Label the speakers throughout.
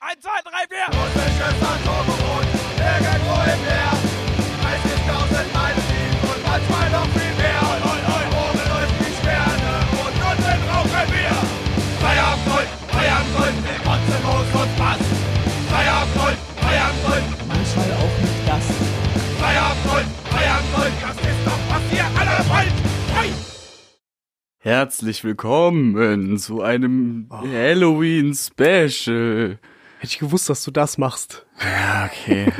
Speaker 1: 1, 2, 3, 4.
Speaker 2: Und mich öffnet Turbo-Rot, irgendwo im Meer. 30.000 Meilen tief und manchmal noch viel mehr. Oi, oi, oben läuft die Sterne und unten rauchen wir. Feierabendgold, Feierabendgold, wir kotzen los und Spaß. Feierabendgold, Feierabendgold,
Speaker 3: Manchmal auch nicht das.
Speaker 2: Feierabendgold, Feierabendgold, das ist doch, was ihr alle wollt. Hey!
Speaker 4: Herzlich willkommen zu einem Halloween-Special.
Speaker 5: Hätte ich gewusst, dass du das machst.
Speaker 4: Ja, okay.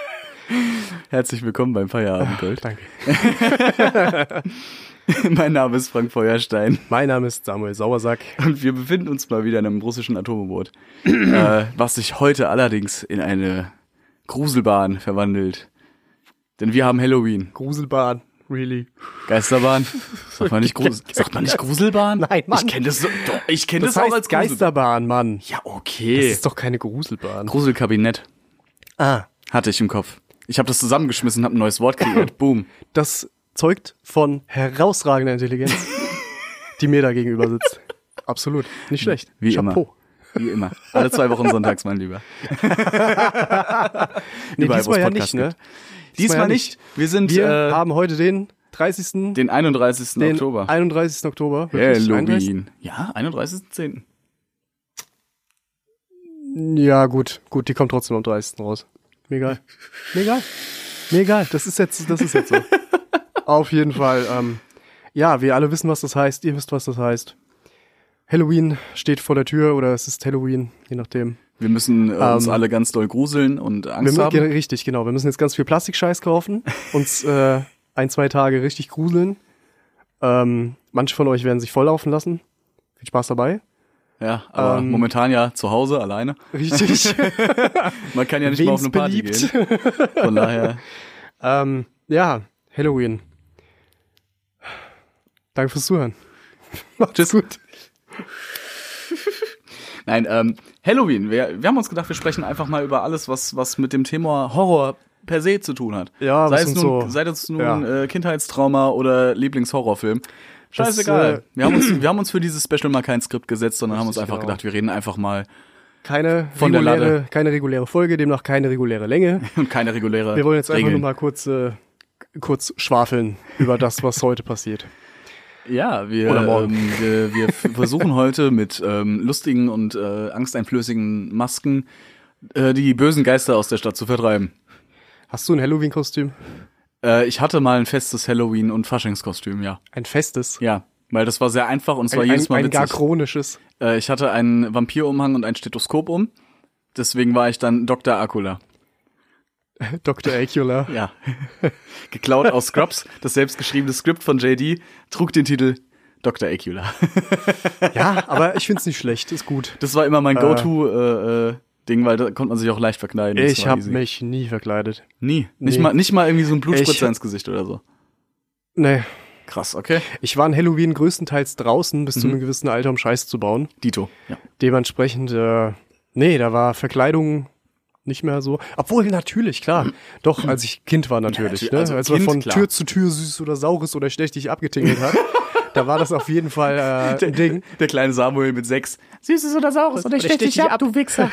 Speaker 4: Herzlich willkommen beim Feierabendgold.
Speaker 5: Danke.
Speaker 4: mein Name ist Frank Feuerstein
Speaker 5: Mein Name ist Samuel Sauersack.
Speaker 4: und wir befinden uns mal wieder in einem russischen Atomboot, äh, was sich heute allerdings in eine Gruselbahn verwandelt. Denn wir haben Halloween.
Speaker 5: Gruselbahn. Really?
Speaker 4: Geisterbahn? Sagt man nicht, Grusel sagt man nicht Gruselbahn?
Speaker 5: Nein, Mann.
Speaker 4: Ich kenne das, so, doch, ich kenn das,
Speaker 5: Das,
Speaker 4: auch als
Speaker 5: heißt
Speaker 4: Geisterbahn.
Speaker 5: Geisterbahn, Mann.
Speaker 4: Ja,
Speaker 5: Das
Speaker 4: okay.
Speaker 5: ist doch keine Gruselbahn.
Speaker 4: Gruselkabinett.
Speaker 5: ah.
Speaker 4: Hatte ich im Kopf. Ich habe das zusammengeschmissen, habe ein neues Wort kreiert. Boom.
Speaker 5: Das zeugt von herausragender Intelligenz, die mir da gegenüber sitzt. Absolut. Nicht schlecht.
Speaker 4: Hm, Wie immer.
Speaker 5: Chapeau.
Speaker 4: Wie immer. Alle zwei Wochen sonntags, mein Lieber.
Speaker 5: Nee,
Speaker 4: Überall,
Speaker 5: diesmal
Speaker 4: wo's
Speaker 5: ja
Speaker 4: Podcast
Speaker 5: nicht, ne?
Speaker 4: Diesmal
Speaker 5: ja
Speaker 4: nicht. Wir sind
Speaker 5: Wir
Speaker 4: äh,
Speaker 5: haben heute den 30.
Speaker 4: den 31.
Speaker 5: den
Speaker 4: Oktober.
Speaker 5: 31. Oktober. Wirklich? 31.?
Speaker 4: Halloween. Ja, 31.10.
Speaker 5: Ja, gut, gut, die kommt trotzdem am 30. raus. Mir egal. Mir egal. Mir egal. Das ist jetzt, das ist jetzt so. Auf jeden Fall. Ähm, ja, wir alle wissen, was das heißt. Ihr wisst, was das heißt. Halloween steht vor der Tür oder es ist Halloween, je nachdem.
Speaker 4: Wir müssen äh, uns
Speaker 5: Ähm,
Speaker 4: alle ganz doll gruseln und
Speaker 5: Wir
Speaker 4: Angst
Speaker 5: müssen,
Speaker 4: haben.
Speaker 5: richtig, genau. Wir müssen jetzt ganz viel Plastikscheiß kaufen, uns äh, ein, zwei Tage richtig gruseln. Ähm, manche von euch werden sich volllaufen lassen. Viel Spaß dabei.
Speaker 4: Ja, aber
Speaker 5: ähm,
Speaker 4: momentan ja zu Hause alleine.
Speaker 5: Richtig.
Speaker 4: Man kann ja nicht mal auf eine
Speaker 5: Wem's
Speaker 4: Party
Speaker 5: beliebt.
Speaker 4: gehen. Von daher.
Speaker 5: Ähm, ja, Halloween. Danke fürs Zuhören. Macht's gut.
Speaker 4: Nein, ähm, Halloween. Wir, wir haben uns gedacht, wir sprechen einfach mal über alles, was, was mit dem Thema Horror per se zu tun hat.
Speaker 5: Ja,
Speaker 4: sei
Speaker 5: was
Speaker 4: es
Speaker 5: uns
Speaker 4: nun,
Speaker 5: so-
Speaker 4: sei es nun
Speaker 5: ja.
Speaker 4: äh, Kindheitstrauma oder Lieblingshorrorfilm. Scheißegal.
Speaker 5: äh,
Speaker 4: wir, haben uns, wir haben uns für dieses Special mal kein Skript gesetzt, sondern haben uns
Speaker 5: Richtig,
Speaker 4: einfach
Speaker 5: genau.
Speaker 4: gedacht, wir reden einfach mal
Speaker 5: Keine,
Speaker 4: Von der
Speaker 5: reguläre,
Speaker 4: Lade.
Speaker 5: keine reguläre Folge, demnach keine reguläre Länge.
Speaker 4: und keine reguläre
Speaker 5: Wir wollen jetzt einfach
Speaker 4: Regeln.
Speaker 5: nur mal kurz, äh, kurz schwafeln über das, was heute passiert.
Speaker 4: Ja, wir,
Speaker 5: Oder morgen.
Speaker 4: Ähm, wir, wir f- versuchen heute mit ähm, lustigen und äh, angsteinflößigen Masken äh, die bösen Geister aus der Stadt zu vertreiben.
Speaker 5: Hast du ein Halloween-Kostüm?
Speaker 4: Äh, ich hatte mal ein festes Halloween- und Faschingskostüm, ja.
Speaker 5: Ein festes?
Speaker 4: Ja, weil das war sehr einfach und es war
Speaker 5: ein,
Speaker 4: jedes Mal
Speaker 5: ein, ein gar
Speaker 4: witzig.
Speaker 5: chronisches.
Speaker 4: Äh, ich hatte einen Vampirumhang und ein Stethoskop um. Deswegen war ich dann Dr. Akula.
Speaker 5: Dr. Acula.
Speaker 4: Ja. Geklaut aus Scrubs, das selbstgeschriebene Skript von JD, trug den Titel Dr. Acula.
Speaker 5: ja, aber ich find's nicht schlecht, ist gut.
Speaker 4: Das war immer
Speaker 5: Äh.
Speaker 4: mein Go-To-Ding, weil da konnte man sich auch leicht verkleiden. Das
Speaker 5: Ich
Speaker 4: war
Speaker 5: habe
Speaker 4: easy.
Speaker 5: mich nie verkleidet.
Speaker 4: Nie. Nicht,
Speaker 5: Nee.
Speaker 4: mal, nicht mal irgendwie so ein Blutspritzer
Speaker 5: Ich-
Speaker 4: ins Gesicht oder so.
Speaker 5: Nee.
Speaker 4: Krass, okay.
Speaker 5: Ich war an Halloween größtenteils draußen bis zu
Speaker 4: Mhm.
Speaker 5: einem gewissen Alter, um Scheiß zu bauen.
Speaker 4: Dito. Ja.
Speaker 5: dementsprechend, äh, nee, da war Verkleidung nicht mehr so. Obwohl, natürlich, klar. Doch, als ich Kind war natürlich.
Speaker 4: Ja,
Speaker 5: ne?
Speaker 4: natürlich, also
Speaker 5: als man
Speaker 4: Kind,
Speaker 5: von
Speaker 4: klar.
Speaker 5: Tür zu Tür süß oder saures oder schlechtig abgetingelt hat, da war das auf jeden Fall äh, ein Ding.
Speaker 4: Der kleine Samuel mit sechs. Süßes oder saures? Oder ich stech dich ab, du Wichser.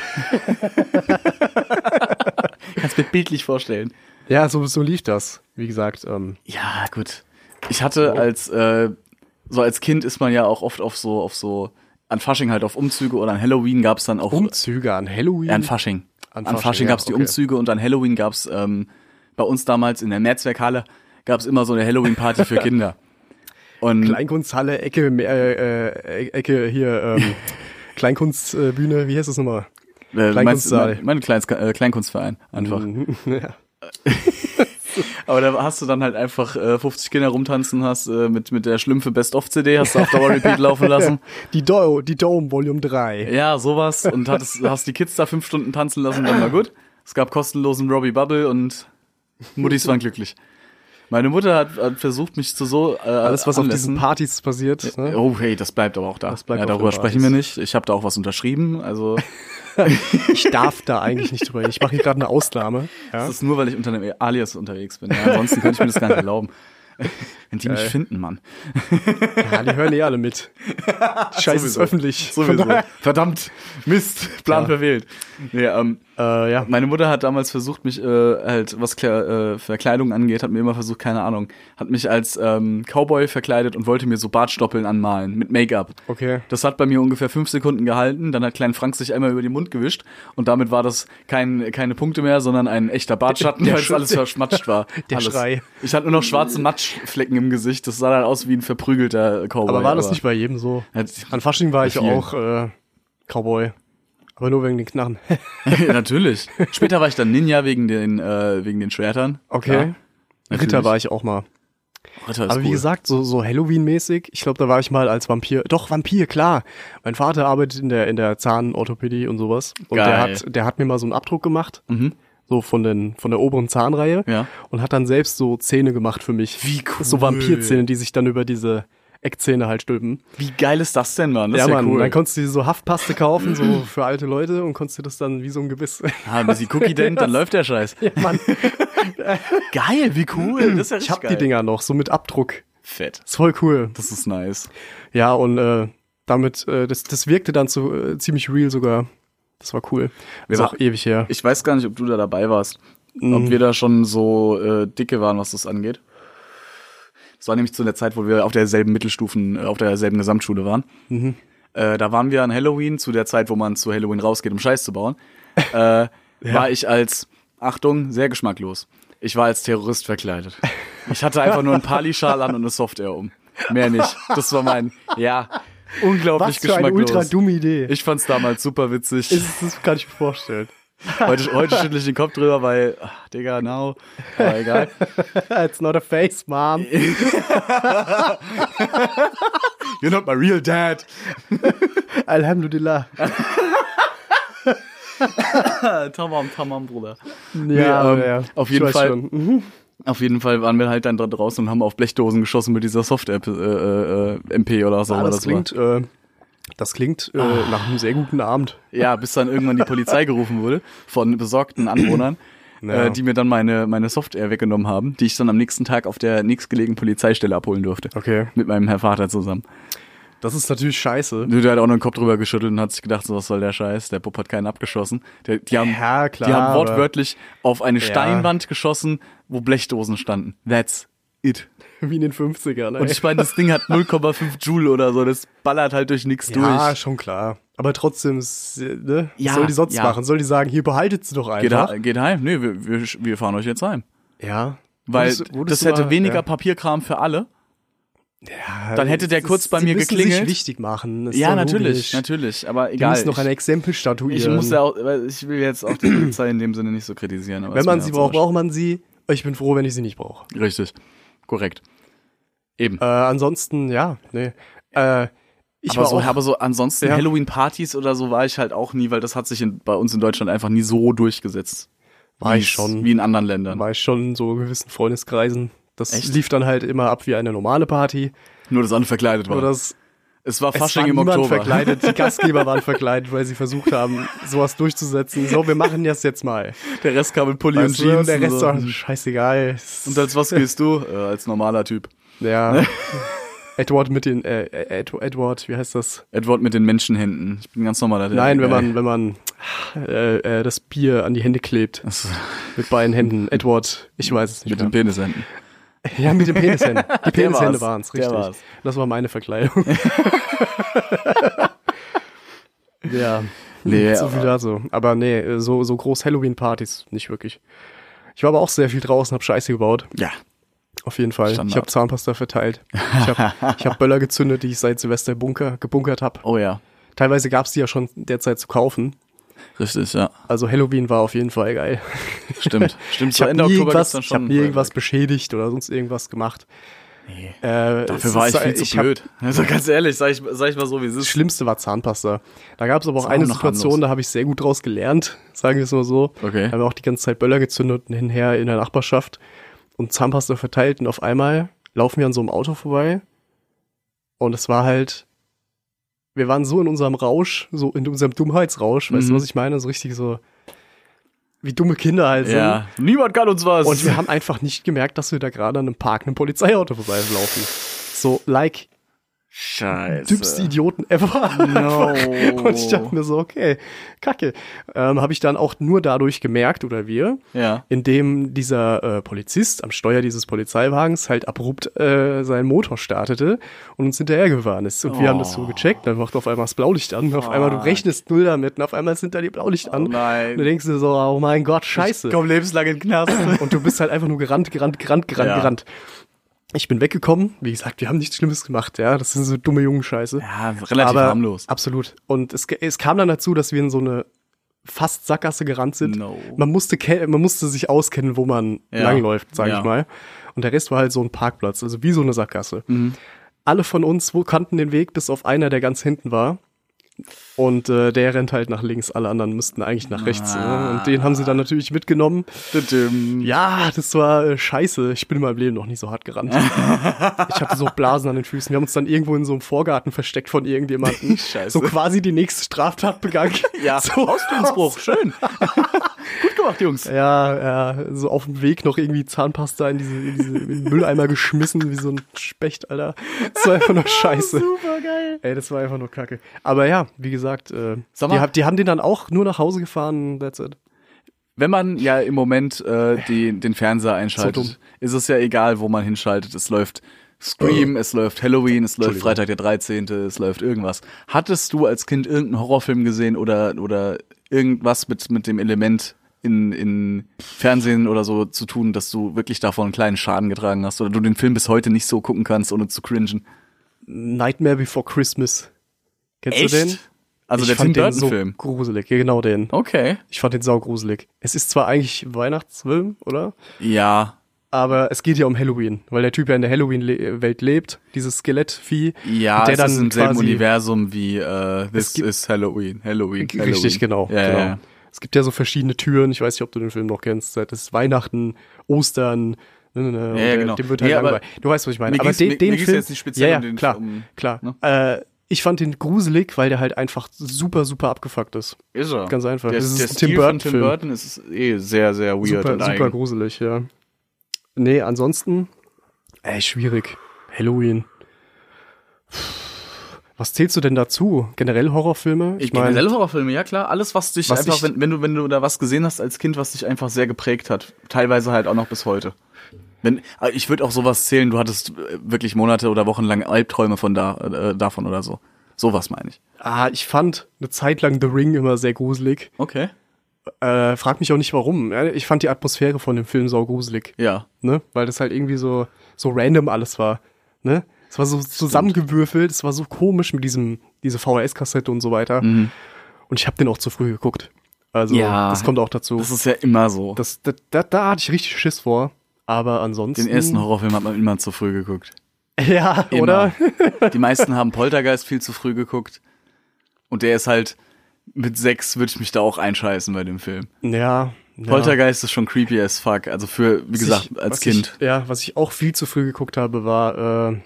Speaker 4: Kannst mir bildlich vorstellen.
Speaker 5: Ja, so, so lief das, wie gesagt. Ähm,
Speaker 4: Ja, gut. Ich hatte als, äh, so als Kind ist man ja auch oft auf so, auf so, an Fasching halt auf Umzüge oder an Halloween gab's dann auch.
Speaker 5: Umzüge an Halloween.
Speaker 4: Ja, an Fasching. An
Speaker 5: An
Speaker 4: Fasching,
Speaker 5: Fasching, ja,
Speaker 4: gab's die
Speaker 5: okay.
Speaker 4: Umzüge und an Halloween gab's ähm, bei uns damals in der Netzwerkhalle gab's immer so eine Halloween-Party für Kinder. Und
Speaker 5: Kleinkunsthalle, Ecke, äh, äh, Ecke hier, ähm, Kleinkunstbühne, wie heißt das nochmal?
Speaker 4: äh, meinst,
Speaker 5: Kleinkunstsaal. Mhm,
Speaker 4: mein, mein Kleins, äh, Kleinkunstverein einfach.
Speaker 5: ja.
Speaker 4: Aber da hast du dann halt einfach äh, 50 Kinder rumtanzen hast, äh, mit, mit der Schlümpfe Best-of-CD hast du auf Dauer Repeat laufen lassen.
Speaker 5: Die, Do die Dome Volume 3.
Speaker 4: Ja, sowas. Und hattest, hast die Kids da fünf Stunden tanzen lassen, dann war gut. Es gab kostenlosen Robbie Bubble und Muttis waren glücklich. Meine Mutter hat, hat versucht, mich zu so äh,
Speaker 5: Alles, was auf diesen
Speaker 4: Anlässen-
Speaker 5: Partys passiert. Ne?
Speaker 4: Oh, hey, das bleibt aber auch da.
Speaker 5: Das bleibt
Speaker 4: ja,
Speaker 5: auf
Speaker 4: darüber
Speaker 5: der
Speaker 4: sprechen wir
Speaker 5: Basis.
Speaker 4: nicht. Ich habe da auch was unterschrieben. Also
Speaker 5: Ich darf da eigentlich nicht drüber reden. Ich mache hier gerade eine Ausnahme. Ja?
Speaker 4: das ist nur, weil ich unter einem Alias unterwegs bin. Ja, ansonsten könnte ich mir das gar nicht erlauben. Wenn die mich finden, Mann.
Speaker 5: Ja, die hören eh alle mit. Die Scheiße ist
Speaker 4: Sowieso.
Speaker 5: öffentlich.
Speaker 4: Sowieso.
Speaker 5: Von daher-
Speaker 4: Verdammt. Mist. Plan
Speaker 5: Ja.
Speaker 4: verwählt. Nee, ähm,
Speaker 5: Äh, ja.
Speaker 4: meine Mutter hat damals versucht, mich äh, halt, was Kle äh, Verkleidung angeht, hat mir immer versucht, keine Ahnung, hat mich als ähm, Cowboy verkleidet und wollte mir so Bartstoppeln anmalen mit Make-up.
Speaker 5: Okay.
Speaker 4: Das hat bei mir ungefähr fünf Sekunden gehalten. Dann hat Klein Frank sich einmal über den Mund gewischt und damit war das kein, keine Punkte mehr, sondern ein echter Bartschatten,
Speaker 5: Der
Speaker 4: weil es
Speaker 5: Schrei-
Speaker 4: alles verschmatscht war.
Speaker 5: Der
Speaker 4: alles.
Speaker 5: Schrei.
Speaker 4: Ich hatte nur noch schwarze Matschflecken im Gesicht. Das sah dann aus wie ein verprügelter Cowboy.
Speaker 5: Aber war das nicht bei jedem so? An Fasching war ich
Speaker 4: vielen.
Speaker 5: auch äh, Cowboy. Aber nur wegen den Knarren.
Speaker 4: Ja, natürlich. Später war ich dann Ninja wegen den, äh, wegen den Schwertern.
Speaker 5: Okay. Ritter war ich auch mal.
Speaker 4: ich. Ritter ist
Speaker 5: Aber wie
Speaker 4: cool.
Speaker 5: gesagt, so, so Halloween-mäßig, ich glaube, da war ich mal als Vampir. Doch, Vampir, klar. Mein Vater arbeitet in der, in der Zahnorthopädie und sowas. Und der
Speaker 4: Geil. Mhm.
Speaker 5: hat, der hat mir mal so einen Abdruck gemacht. So von, den, von der oberen Zahnreihe.
Speaker 4: Ja.
Speaker 5: Und hat dann selbst so Zähne gemacht für mich.
Speaker 4: Wie cool.
Speaker 5: So Vampirzähne, die sich dann über diese Eckzähne halt stülpen.
Speaker 4: wie geil ist das denn, Mann? Das
Speaker 5: ja,
Speaker 4: ist ja
Speaker 5: Mann,
Speaker 4: cool.
Speaker 5: dann konntest du dir so Haftpaste kaufen, so für alte Leute und konntest dir das dann wie so ein Gebiss.
Speaker 4: ah, wenn sie Cookie Dent, dann läuft der Scheiß.
Speaker 5: ja, Mann.
Speaker 4: Geil, wie cool. Das ist ja
Speaker 5: Ich
Speaker 4: richtig
Speaker 5: hab
Speaker 4: geil.
Speaker 5: die Dinger noch, so mit Abdruck.
Speaker 4: Fett.
Speaker 5: Ist voll cool.
Speaker 4: Das ist nice.
Speaker 5: Ja, und äh, damit, äh, das, das wirkte dann zu, äh, ziemlich real sogar. Das war cool. Ist
Speaker 4: war-
Speaker 5: auch ewig her.
Speaker 4: Ich weiß gar nicht, ob du da dabei warst. Ob wir da schon so äh, dicke waren, was das angeht. Das war nämlich zu der Zeit, wo wir auf derselben Mittelstufen, äh, auf derselben Gesamtschule waren. Äh, da waren wir an Halloween, zu der Zeit, wo man zu Halloween rausgeht, um Scheiß zu bauen. Äh, War ich als, Achtung, sehr geschmacklos. Ich war als Terrorist verkleidet. Ich hatte einfach nur einen Palischal an und eine Software um. Mehr nicht. Das war mein, ja, unglaublich geschmacklos.
Speaker 5: Idee.
Speaker 4: ich fand's damals super witzig.
Speaker 5: ist, das kann ich mir vorstellen.
Speaker 4: Heute, heute schüttle ich den Kopf drüber, weil, ach, Digga, now. Aber egal.
Speaker 5: It's not a face, Mom.
Speaker 4: You're not my real dad.
Speaker 5: Alhamdulillah.
Speaker 4: tamam, tamam, Bruder.
Speaker 5: Ja,
Speaker 4: aber
Speaker 5: ähm,
Speaker 4: ja.
Speaker 5: Auf
Speaker 4: Ich
Speaker 5: jeden
Speaker 4: weiß
Speaker 5: Fall.
Speaker 4: schon. Auf jeden Fall waren wir halt dann da draußen und haben auf Blechdosen geschossen mit dieser Soft-App, äh, äh, MP oder was auch
Speaker 5: Ah,
Speaker 4: immer
Speaker 5: das,
Speaker 4: das war. Ah.
Speaker 5: klingt, äh, das klingt äh, nach einem sehr guten Abend.
Speaker 4: Ja, bis dann irgendwann die Polizei gerufen wurde von besorgten Anwohnern,
Speaker 5: Ja.
Speaker 4: äh, die mir dann meine, meine Software weggenommen haben, die ich dann am nächsten Tag auf der nächstgelegenen Polizeistelle abholen durfte.
Speaker 5: Okay.
Speaker 4: Mit meinem Herr Vater zusammen.
Speaker 5: Das ist natürlich scheiße.
Speaker 4: Der hat auch noch den Kopf drüber geschüttelt und hat sich gedacht, so was soll der Scheiß, der Bub hat keinen abgeschossen. Der, die haben,
Speaker 5: Ja, klar,
Speaker 4: die haben
Speaker 5: aber-
Speaker 4: wortwörtlich auf eine Steinwand geschossen, wo Blechdosen standen. That's it.
Speaker 5: Wie in den 50ern. Ey.
Speaker 4: Und ich meine, das Ding hat 0,5 Joule oder so, das ballert halt durch nichts
Speaker 5: ja,
Speaker 4: durch.
Speaker 5: schon klar. Aber trotzdem, ist, äh, ne?
Speaker 4: Ja,
Speaker 5: was soll die sonst
Speaker 4: ja.
Speaker 5: machen? Soll die sagen, hier behaltet sie doch
Speaker 4: Geht,
Speaker 5: einfach?
Speaker 4: he- geht heim. Nee, wir, wir, wir fahren euch jetzt heim.
Speaker 5: Ja.
Speaker 4: Genau, Weil
Speaker 5: Würdest du-
Speaker 4: das
Speaker 5: würdest du
Speaker 4: hätte
Speaker 5: mal-
Speaker 4: weniger
Speaker 5: ja.
Speaker 4: Papierkram für alle.
Speaker 5: Ja,
Speaker 4: Dann hätte der
Speaker 5: das
Speaker 4: kurz
Speaker 5: ist-
Speaker 4: bei
Speaker 5: sie
Speaker 4: mir
Speaker 5: müssen
Speaker 4: geklingelt.
Speaker 5: Sich wichtig machen. das ist
Speaker 4: Ja,
Speaker 5: doch
Speaker 4: natürlich,
Speaker 5: logisch.
Speaker 4: natürlich. Aber
Speaker 5: Die
Speaker 4: egal.
Speaker 5: müssen noch ein
Speaker 4: ich,
Speaker 5: Exempel statuieren.
Speaker 4: ich muss ja auch, weil ich will jetzt auch die Polizei in dem Sinne nicht so kritisieren. Aber
Speaker 5: wenn
Speaker 4: ist
Speaker 5: man
Speaker 4: mir
Speaker 5: sie
Speaker 4: auch
Speaker 5: braucht,
Speaker 4: zum
Speaker 5: braucht man sie. Äh, Ich bin froh, wenn ich sie nicht brauche.
Speaker 4: Beispiel- Richtig. Korrekt. Eben.
Speaker 5: Äh, ansonsten, ja, nee. Äh, ich
Speaker 4: aber
Speaker 5: war
Speaker 4: so,
Speaker 5: auch,
Speaker 4: aber so ansonsten
Speaker 5: Ja.
Speaker 4: Halloween-Partys oder so war ich halt auch nie, weil das hat sich in, bei uns in Deutschland einfach nie so durchgesetzt.
Speaker 5: War
Speaker 4: Wie
Speaker 5: ich
Speaker 4: es-
Speaker 5: schon.
Speaker 4: Wie in anderen Ländern.
Speaker 5: war ich schon in so gewissen Freundeskreisen. Das
Speaker 4: Echt?
Speaker 5: lief dann halt immer ab wie eine normale Party.
Speaker 4: Nur, dass alle verkleidet waren.
Speaker 5: Nur das
Speaker 4: es war Fasching
Speaker 5: es war
Speaker 4: im
Speaker 5: niemand
Speaker 4: Oktober.
Speaker 5: verkleidet. Die Gastgeber waren verkleidet, weil sie versucht haben, sowas durchzusetzen. So, wir machen das jetzt mal.
Speaker 4: Der Rest kam mit Pulli und
Speaker 5: Weißt du,
Speaker 4: Jeans.
Speaker 5: und der Rest
Speaker 4: so.
Speaker 5: war scheißegal.
Speaker 4: und Ne? als was gehst du? Äh, als normaler Typ.
Speaker 5: Ja. Edward mit den, äh, Ed, Edward, wie heißt das?
Speaker 4: Edward mit den Menschenhänden. Ich bin ganz normaler.
Speaker 5: Nein,
Speaker 4: Typ.
Speaker 5: wenn man, wenn man äh, äh, das Bier an die Hände klebt.
Speaker 4: Das-
Speaker 5: Mit beiden Händen. Edward, ich weiß es nicht
Speaker 4: Mit den
Speaker 5: mehr.
Speaker 4: Penishänden.
Speaker 5: ja, mit den Penishänden. Die
Speaker 4: war's.
Speaker 5: Penishände waren es,
Speaker 4: Der
Speaker 5: richtig.
Speaker 4: war's.
Speaker 5: Das war meine Verkleidung. ja.
Speaker 4: Nee,
Speaker 5: so viel
Speaker 4: aber-
Speaker 5: dazu. Aber nee, äh, so, so groß Halloween-Partys nicht wirklich. Ich war aber auch sehr viel draußen, hab Scheiße gebaut.
Speaker 4: Ja.
Speaker 5: Auf jeden Fall. Ich
Speaker 4: Standard.
Speaker 5: habe Zahnpasta verteilt. Ich habe ich hab Böller gezündet, die ich seit Silvester bunker, gebunkert habe.
Speaker 4: Oh ja.
Speaker 5: Teilweise gab es die ja schon derzeit zu kaufen.
Speaker 4: Richtig, ja.
Speaker 5: Also Halloween war auf jeden Fall geil.
Speaker 4: Stimmt. Stimmt,
Speaker 5: Ich habe nie,
Speaker 4: gibt's
Speaker 5: irgendwas,
Speaker 4: dann
Speaker 5: ich hab
Speaker 4: schon.
Speaker 5: nie irgendwas beschädigt oder sonst irgendwas gemacht. Äh,
Speaker 4: Dafür
Speaker 5: es
Speaker 4: war
Speaker 5: ist-
Speaker 4: ich viel zu
Speaker 5: ich hab-
Speaker 4: blöd. Also ganz ehrlich, sag ich, sag ich mal so, wie es
Speaker 5: Das
Speaker 4: ist.
Speaker 5: Schlimmste war Zahnpasta. Da gab es aber auch
Speaker 4: Ist auch
Speaker 5: eine
Speaker 4: noch
Speaker 5: Situation,
Speaker 4: harmlos.
Speaker 5: da habe ich sehr gut draus gelernt, sagen wir es mal so.
Speaker 4: Okay.
Speaker 5: Da haben wir auch die ganze Zeit Böller gezündet und hinher in der Nachbarschaft und Zahnpasta verteilt und auf einmal laufen wir an so einem Auto vorbei und es war halt, wir waren so in unserem Rausch, so in unserem Dummheitsrausch, weißt du,
Speaker 4: Mhm.
Speaker 5: was ich meine? So richtig so, wie dumme Kinder halt sind.
Speaker 4: Ja. Niemand kann uns was.
Speaker 5: Und wir haben einfach nicht gemerkt, dass wir da gerade an einem Park einem Polizeiauto vorbeilaufen. So, like,
Speaker 4: Scheiße.
Speaker 5: dümmste Idioten ever.
Speaker 4: äh, No.
Speaker 5: Und ich
Speaker 4: Oh.
Speaker 5: dachte mir so, okay, kacke. Ähm, Habe ich dann auch nur dadurch gemerkt, oder wir,
Speaker 4: Ja.
Speaker 5: indem dieser äh, Polizist am Steuer dieses Polizeiwagens halt abrupt äh, seinen Motor startete und uns hinterhergefahren ist. Und wir haben
Speaker 4: Oh.
Speaker 5: das so gecheckt, dann macht auf einmal das Blaulicht an, und auf einmal du rechnest null damit und auf einmal sind da die Blaulicht an.
Speaker 4: Oh nein.
Speaker 5: Und du denkst dir so, oh mein Gott, scheiße.
Speaker 4: Komm lebenslang in den Knast.
Speaker 5: Und du bist halt einfach nur gerannt, gerannt, gerannt, gerannt,
Speaker 4: Ja.
Speaker 5: gerannt. Ich bin weggekommen. Wie gesagt, wir haben nichts Schlimmes gemacht, ja. Das sind so dumme Jungenscheiße.
Speaker 4: Ja, relativ
Speaker 5: Aber
Speaker 4: harmlos.
Speaker 5: Absolut. Und es, es kam dann dazu, dass wir in so eine fast Sackgasse gerannt sind.
Speaker 4: No.
Speaker 5: Man musste, ke- man musste sich auskennen, wo man
Speaker 4: Ja.
Speaker 5: langläuft, sage
Speaker 4: Ja.
Speaker 5: ich mal. Und der Rest war halt so ein Parkplatz, also wie so eine Sackgasse.
Speaker 4: Mhm.
Speaker 5: Alle von uns wo- kannten den Weg, bis auf einer, der ganz hinten war. Und äh, der rennt halt nach links, alle anderen müssten eigentlich nach rechts. Ne? Und den haben sie dann
Speaker 4: Ah.
Speaker 5: natürlich mitgenommen. Ja, das war äh, scheiße. Ich bin in meinem Leben noch nicht so hart gerannt. ich hatte so Blasen an den Füßen. Wir haben uns dann irgendwo in so einem Vorgarten versteckt von irgendjemandem.
Speaker 4: Scheiße.
Speaker 5: So quasi die nächste Straftat begangen.
Speaker 4: Ja,
Speaker 5: so
Speaker 4: Ausbildungsbruch, schön. Gut gemacht, Jungs.
Speaker 5: Ja, ja, so auf dem Weg noch irgendwie Zahnpasta in, diese, in, diese, in den Mülleimer geschmissen, wie so ein Specht, Alter. Das war einfach nur scheiße.
Speaker 4: Super geil.
Speaker 5: Ey, das war einfach nur kacke. Aber ja, wie gesagt, äh, die,
Speaker 4: Sag mal-
Speaker 5: hab- die haben den dann auch nur nach Hause gefahren, that's it.
Speaker 4: Wenn man ja im Moment äh, die, den Fernseher einschaltet,
Speaker 5: So dumm.
Speaker 4: ist es ja egal, wo man hinschaltet. Es läuft Scream,
Speaker 5: Äh,
Speaker 4: es läuft Halloween, es läuft Freitag der 13., es läuft irgendwas. Hattest du als Kind irgendeinen Horrorfilm gesehen oder, oder irgendwas mit, mit dem Element in, in Fernsehen oder so zu tun, dass du wirklich davon einen kleinen Schaden getragen hast oder du den Film bis heute nicht so gucken kannst, ohne zu cringen?
Speaker 5: Nightmare Before Christmas. Kennst du den?
Speaker 4: Also der
Speaker 5: ich fand
Speaker 4: Tim
Speaker 5: den so
Speaker 4: Burton-Film.
Speaker 5: gruselig, ja, genau den.
Speaker 4: okay.
Speaker 5: Ich fand den saugruselig. Es ist zwar eigentlich ein Weihnachtsfilm, oder?
Speaker 4: Ja,
Speaker 5: Aber es geht ja um Halloween, weil der Typ ja in der Halloween-Welt lebt, dieses Skelettvieh.
Speaker 4: Ja,
Speaker 5: und der
Speaker 4: es
Speaker 5: dann
Speaker 4: ist im selben
Speaker 5: quasi-
Speaker 4: Universum wie äh, This
Speaker 5: gibt-
Speaker 4: is Halloween, Halloween, Halloween.
Speaker 5: Richtig, genau.
Speaker 4: Ja,
Speaker 5: genau.
Speaker 4: Ja.
Speaker 5: Es gibt ja so verschiedene Türen, ich weiß nicht, ob du den Film noch kennst. Das ist Weihnachten, Ostern, ne, ne, ne,
Speaker 4: Ja, ja,
Speaker 5: und der-
Speaker 4: genau.
Speaker 5: dem wird halt
Speaker 4: Nee, aber
Speaker 5: langweilig. Du weißt, was ich meine.
Speaker 4: mir
Speaker 5: aber
Speaker 4: ging's-
Speaker 5: den,
Speaker 4: mir-
Speaker 5: den
Speaker 4: mir ging's
Speaker 5: Film,
Speaker 4: jetzt nicht speziell
Speaker 5: ja, ja,
Speaker 4: um den-
Speaker 5: klar,
Speaker 4: um-
Speaker 5: klar. Äh, ich fand den gruselig, weil der halt einfach super, super abgefuckt ist.
Speaker 4: Ist er.
Speaker 5: Ganz einfach.
Speaker 4: Der,
Speaker 5: Das ist
Speaker 4: der
Speaker 5: ein
Speaker 4: Stil
Speaker 5: Tim
Speaker 4: von Tim
Speaker 5: Burton-Film.
Speaker 4: Burton ist eh sehr, sehr weird
Speaker 5: super,
Speaker 4: und
Speaker 5: super
Speaker 4: eigen.
Speaker 5: gruselig, ja. Nee, ansonsten, ey, schwierig. Halloween. Was zählst du denn dazu? Generell Horrorfilme?
Speaker 4: Ich meine, generell Horrorfilme, ja klar, alles was dich
Speaker 5: Was
Speaker 4: einfach,
Speaker 5: ich-
Speaker 4: wenn, wenn du wenn du da was gesehen hast als Kind, was dich einfach sehr geprägt hat, teilweise halt auch noch bis heute. Wenn äh, ich würde auch sowas zählen, du hattest äh, wirklich Monate oder Wochen lang Albträume von da äh, davon oder so. Sowas meine ich.
Speaker 5: ah, ich fand eine Zeit lang The Ring immer sehr gruselig.
Speaker 4: Okay.
Speaker 5: Äh, frag mich auch nicht warum. Ja, Ich fand die Atmosphäre von dem Film saugruselig.
Speaker 4: Ja.
Speaker 5: Ne? Weil das halt irgendwie so, so random alles war. Ne? Es war so zusammengewürfelt, es war so komisch mit diesem, diese VHS-Kassette und so weiter. Und ich habe den auch zu früh geguckt. Also,
Speaker 4: Mhm. Ja.
Speaker 5: das kommt auch dazu.
Speaker 4: Das ist ja immer so.
Speaker 5: Das, da, da, da hatte ich richtig Schiss vor. Aber ansonsten.
Speaker 4: Den ersten Horrorfilm hat man immer zu früh geguckt.
Speaker 5: Ja,
Speaker 4: Immer.
Speaker 5: oder?
Speaker 4: Die meisten haben Poltergeist viel zu früh geguckt. Und der ist halt, mit sechs würde ich mich da auch einscheißen bei dem Film.
Speaker 5: Ja. ja.
Speaker 4: Poltergeist ist schon creepy as fuck. Also für, wie
Speaker 5: Was
Speaker 4: gesagt,
Speaker 5: ich-
Speaker 4: als
Speaker 5: was
Speaker 4: Kind.
Speaker 5: Ich, ja, was ich auch viel zu früh geguckt habe, war äh,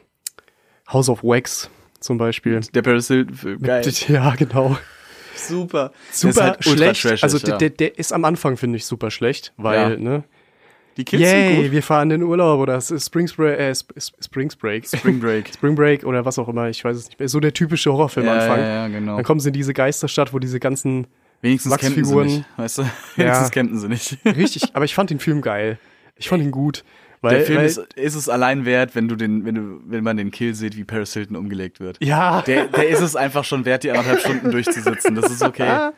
Speaker 5: House of Wax zum Beispiel.
Speaker 4: der Paris Hilton, geil.
Speaker 5: Ja, genau.
Speaker 4: Super.
Speaker 5: Super
Speaker 4: ist halt ultra
Speaker 5: schlecht.
Speaker 4: trashig,
Speaker 5: also
Speaker 4: ja.
Speaker 5: der, der ist am Anfang, finde ich, super schlecht, weil,
Speaker 4: Ja.
Speaker 5: ne?
Speaker 4: die Kids
Speaker 5: Yay,
Speaker 4: sind gut.
Speaker 5: wir fahren in den Urlaub oder es ist Springs Break, äh, Sp Sp- Springs Break.
Speaker 4: Spring Break.
Speaker 5: Spring Break oder was auch immer, ich weiß es nicht mehr. So der typische Horrorfilm
Speaker 4: Ja,
Speaker 5: Anfang.
Speaker 4: ja, ja, genau.
Speaker 5: Dann kommen sie in diese Geisterstadt, wo diese ganzen
Speaker 4: Wenigstens kennten sie
Speaker 5: Wachsfiguren.
Speaker 4: nicht, weißt du? Wenigstens kennten sie nicht.
Speaker 5: Richtig, aber ich fand den Film geil. Ich fand ihn gut. Weil,
Speaker 4: Der Film
Speaker 5: weil,
Speaker 4: ist, ist es allein wert, wenn du den, wenn du, wenn man den Kill sieht, wie Paris Hilton umgelegt wird.
Speaker 5: ja,
Speaker 4: Der, der ist es einfach schon wert, die anderthalb Stunden durchzusitzen. Das ist
Speaker 5: Ah.
Speaker 4: okay.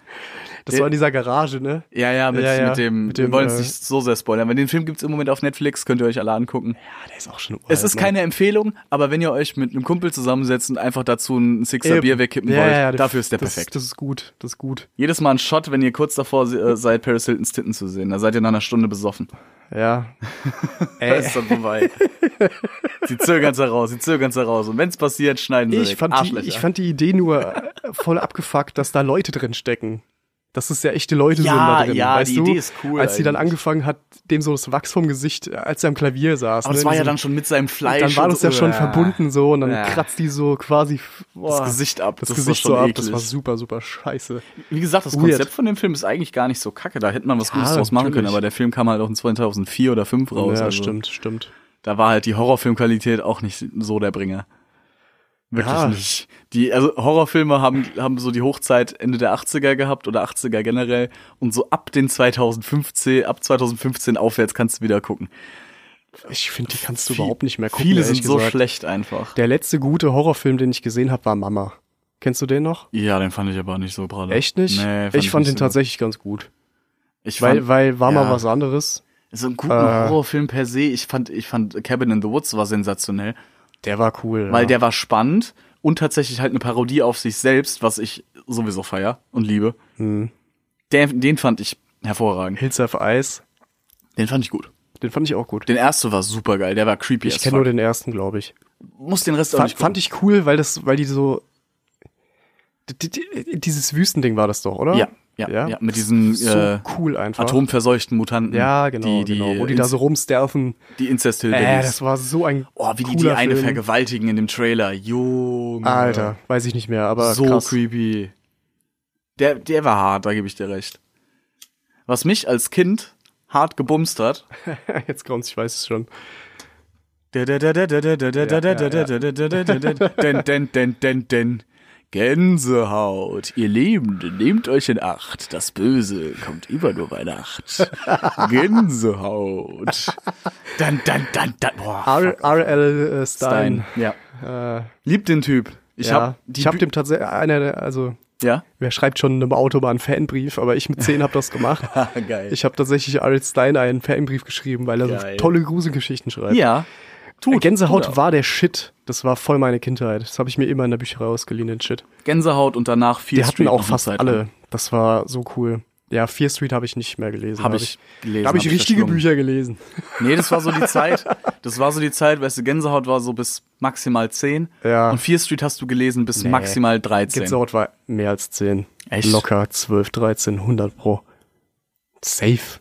Speaker 5: das war in dieser Garage, ne?
Speaker 4: Ja, ja, mit,
Speaker 5: Ja, ja,
Speaker 4: mit dem,
Speaker 5: mit dem,
Speaker 4: wir wollen es
Speaker 5: äh,
Speaker 4: nicht so sehr spoilern. Wenn den Film gibt's im Moment auf Netflix, könnt ihr euch alle angucken.
Speaker 5: Ja, der ist auch schon uralt,
Speaker 4: es ist
Speaker 5: ne?
Speaker 4: keine Empfehlung, aber wenn ihr euch mit einem Kumpel zusammensetzt und einfach dazu ein Sixer
Speaker 5: Eben.
Speaker 4: Bier wegkippen
Speaker 5: Ja,
Speaker 4: wollt,
Speaker 5: ja, ja,
Speaker 4: dafür ist der
Speaker 5: das,
Speaker 4: perfekt.
Speaker 5: Das ist gut, das ist gut.
Speaker 4: Jedes Mal ein Shot, wenn ihr kurz davor se- äh, seid, Paris Hiltons Titten zu sehen. Da seid ihr nach einer Stunde besoffen.
Speaker 5: Ja.
Speaker 4: Da
Speaker 5: Ey,
Speaker 4: ist dann vorbei. sie zögern's heraus, sie zögern's heraus. Und wenn's passiert, schneiden sie
Speaker 5: ich
Speaker 4: weg.
Speaker 5: fand, die,
Speaker 4: Arschlöcher.
Speaker 5: ich fand die Idee nur äh, voll abgefuckt, dass da Leute drin stecken. dass es ja echte Leute sind
Speaker 4: Ja,
Speaker 5: da drin.
Speaker 4: ja,
Speaker 5: weißt
Speaker 4: die
Speaker 5: du?
Speaker 4: Idee ist cool
Speaker 5: Als sie dann
Speaker 4: eigentlich.
Speaker 5: angefangen hat, dem so das Wachs vom Gesicht, äh, als er am Klavier saß.
Speaker 4: Aber das
Speaker 5: ne,
Speaker 4: war ja
Speaker 5: diesem-
Speaker 4: dann schon mit seinem Fleisch.
Speaker 5: dann war
Speaker 4: und
Speaker 5: das ja
Speaker 4: so.
Speaker 5: schon verbunden so und dann
Speaker 4: Ja.
Speaker 5: kratzt die so quasi boah,
Speaker 4: Gesicht ab.
Speaker 5: Das,
Speaker 4: Das war
Speaker 5: Gesicht
Speaker 4: schon
Speaker 5: so ab.
Speaker 4: eklig.
Speaker 5: Das war super, super scheiße.
Speaker 4: Wie gesagt, das
Speaker 5: Weird.
Speaker 4: Konzept von dem Film ist eigentlich gar nicht so kacke. Da hätte man was
Speaker 5: Ja,
Speaker 4: Gutes draus machen können,
Speaker 5: natürlich.
Speaker 4: aber der Film kam halt auch in 2004 oder 2005 raus. also
Speaker 5: stimmt.
Speaker 4: Da war halt die Horrorfilmqualität auch nicht so der Bringer. Wirklich
Speaker 5: Ja.
Speaker 4: nicht. Die, also Horrorfilme haben, haben so die Hochzeit Ende der 80er gehabt oder 80er generell. Und so ab den 2015, ab 2015 aufwärts kannst du wieder gucken.
Speaker 5: Ich finde, die kannst du überhaupt nicht mehr gucken.
Speaker 4: Viele
Speaker 5: ehrlich
Speaker 4: sind so
Speaker 5: gesagt.
Speaker 4: schlecht einfach.
Speaker 5: Der letzte gute Horrorfilm, den ich gesehen habe, war Mama. Kennst du den noch?
Speaker 4: Ja, den fand ich aber nicht so pralle.
Speaker 5: Echt nicht?
Speaker 4: Nee,
Speaker 5: ich fand
Speaker 4: nicht so
Speaker 5: den
Speaker 4: gut.
Speaker 5: tatsächlich ganz gut.
Speaker 4: Ich
Speaker 5: Weil,
Speaker 4: fand-
Speaker 5: weil war mal
Speaker 4: ja.
Speaker 5: was anderes.
Speaker 4: So einen guten
Speaker 5: Äh.
Speaker 4: Horrorfilm per se. Ich fand, ich fand Cabin in the Woods war sensationell,
Speaker 5: Der war cool.
Speaker 4: weil
Speaker 5: ja.
Speaker 4: der war spannend und tatsächlich halt eine Parodie auf sich selbst, was ich sowieso feier und liebe.
Speaker 5: Mhm.
Speaker 4: Den, den fand ich hervorragend.
Speaker 5: Hills Have Eyes,
Speaker 4: Den fand ich gut.
Speaker 5: den fand ich auch gut.
Speaker 4: Den erste war super geil, der war creepy.
Speaker 5: ich
Speaker 4: as
Speaker 5: kenne nur
Speaker 4: fuck.
Speaker 5: den ersten, glaube ich.
Speaker 4: Muss den Rest auch
Speaker 5: Fand,
Speaker 4: nicht gucken.
Speaker 5: fand ich cool, weil das, weil die so. die- die- Dieses Wüstending war das doch, oder?
Speaker 4: Ja, ja, ja, mit diesen,
Speaker 5: so
Speaker 4: äh,
Speaker 5: cool einfach.
Speaker 4: Atomverseuchten Mutanten.
Speaker 5: ja, genau,
Speaker 4: Hm. Die, die,
Speaker 5: genau. Wo die da so rumsterfen.
Speaker 4: die incest
Speaker 5: Äh, das war so ein.
Speaker 4: Oh, wie die die
Speaker 5: cooler
Speaker 4: eine
Speaker 5: Film.
Speaker 4: vergewaltigen in dem Trailer. Junge.
Speaker 5: Alter, weiß ich nicht mehr, aber
Speaker 4: so
Speaker 5: Ah, krass.
Speaker 4: creepy. Der, der war hart, da gebe ich dir recht. Was mich als Kind hart gebumst hat.
Speaker 5: Jetzt kommt's, ich weiß es schon.
Speaker 4: Den, den, den, den. Gänsehaut, ihr Liebenden, nehmt euch in Acht. Das Böse kommt immer nur bei Nacht. Gänsehaut. Dann, dann, dann, dann. Boah,
Speaker 5: R- R.L. Stein.
Speaker 4: Stein. Ja.
Speaker 5: Äh,
Speaker 4: Lieb den Typ. Ich
Speaker 5: ja.
Speaker 4: hab, die
Speaker 5: ich hab
Speaker 4: Bü-
Speaker 5: dem tatsächlich einer, der- also
Speaker 4: Ja?
Speaker 5: wer schreibt schon in einem Autobahn Fanbrief, aber ich mit 10 hab das gemacht.
Speaker 4: Geil.
Speaker 5: Ich habe tatsächlich R.L. Stein einen Fanbrief geschrieben, weil er
Speaker 4: Geil.
Speaker 5: so tolle Gruselgeschichten schreibt.
Speaker 4: ja.
Speaker 5: Äh, Gänsehaut
Speaker 4: tut auch.
Speaker 5: war der Shit. Das war voll meine Kindheit. Das habe ich mir immer in der Bücherei ausgeliehen, den Shit.
Speaker 4: Gänsehaut und danach viel
Speaker 5: Die hatten
Speaker 4: Street
Speaker 5: auch
Speaker 4: noch eine
Speaker 5: fast
Speaker 4: Zeit lang.
Speaker 5: alle. Das war so cool. Ja, Fear Street habe ich nicht mehr gelesen.
Speaker 4: Hab ich gelesen,
Speaker 5: Da habe ich
Speaker 4: hab ich
Speaker 5: richtige
Speaker 4: verschlungen.
Speaker 5: Bücher gelesen.
Speaker 4: Nee, das war so die Zeit. Das war so die Zeit, weißt du, Gänsehaut war so bis maximal 10.
Speaker 5: Ja.
Speaker 4: Und Fear Street hast du gelesen bis maximal 13.
Speaker 5: Gänsehaut war mehr als 10.
Speaker 4: Echt?
Speaker 5: Locker 12, 13, 100 pro. Safe.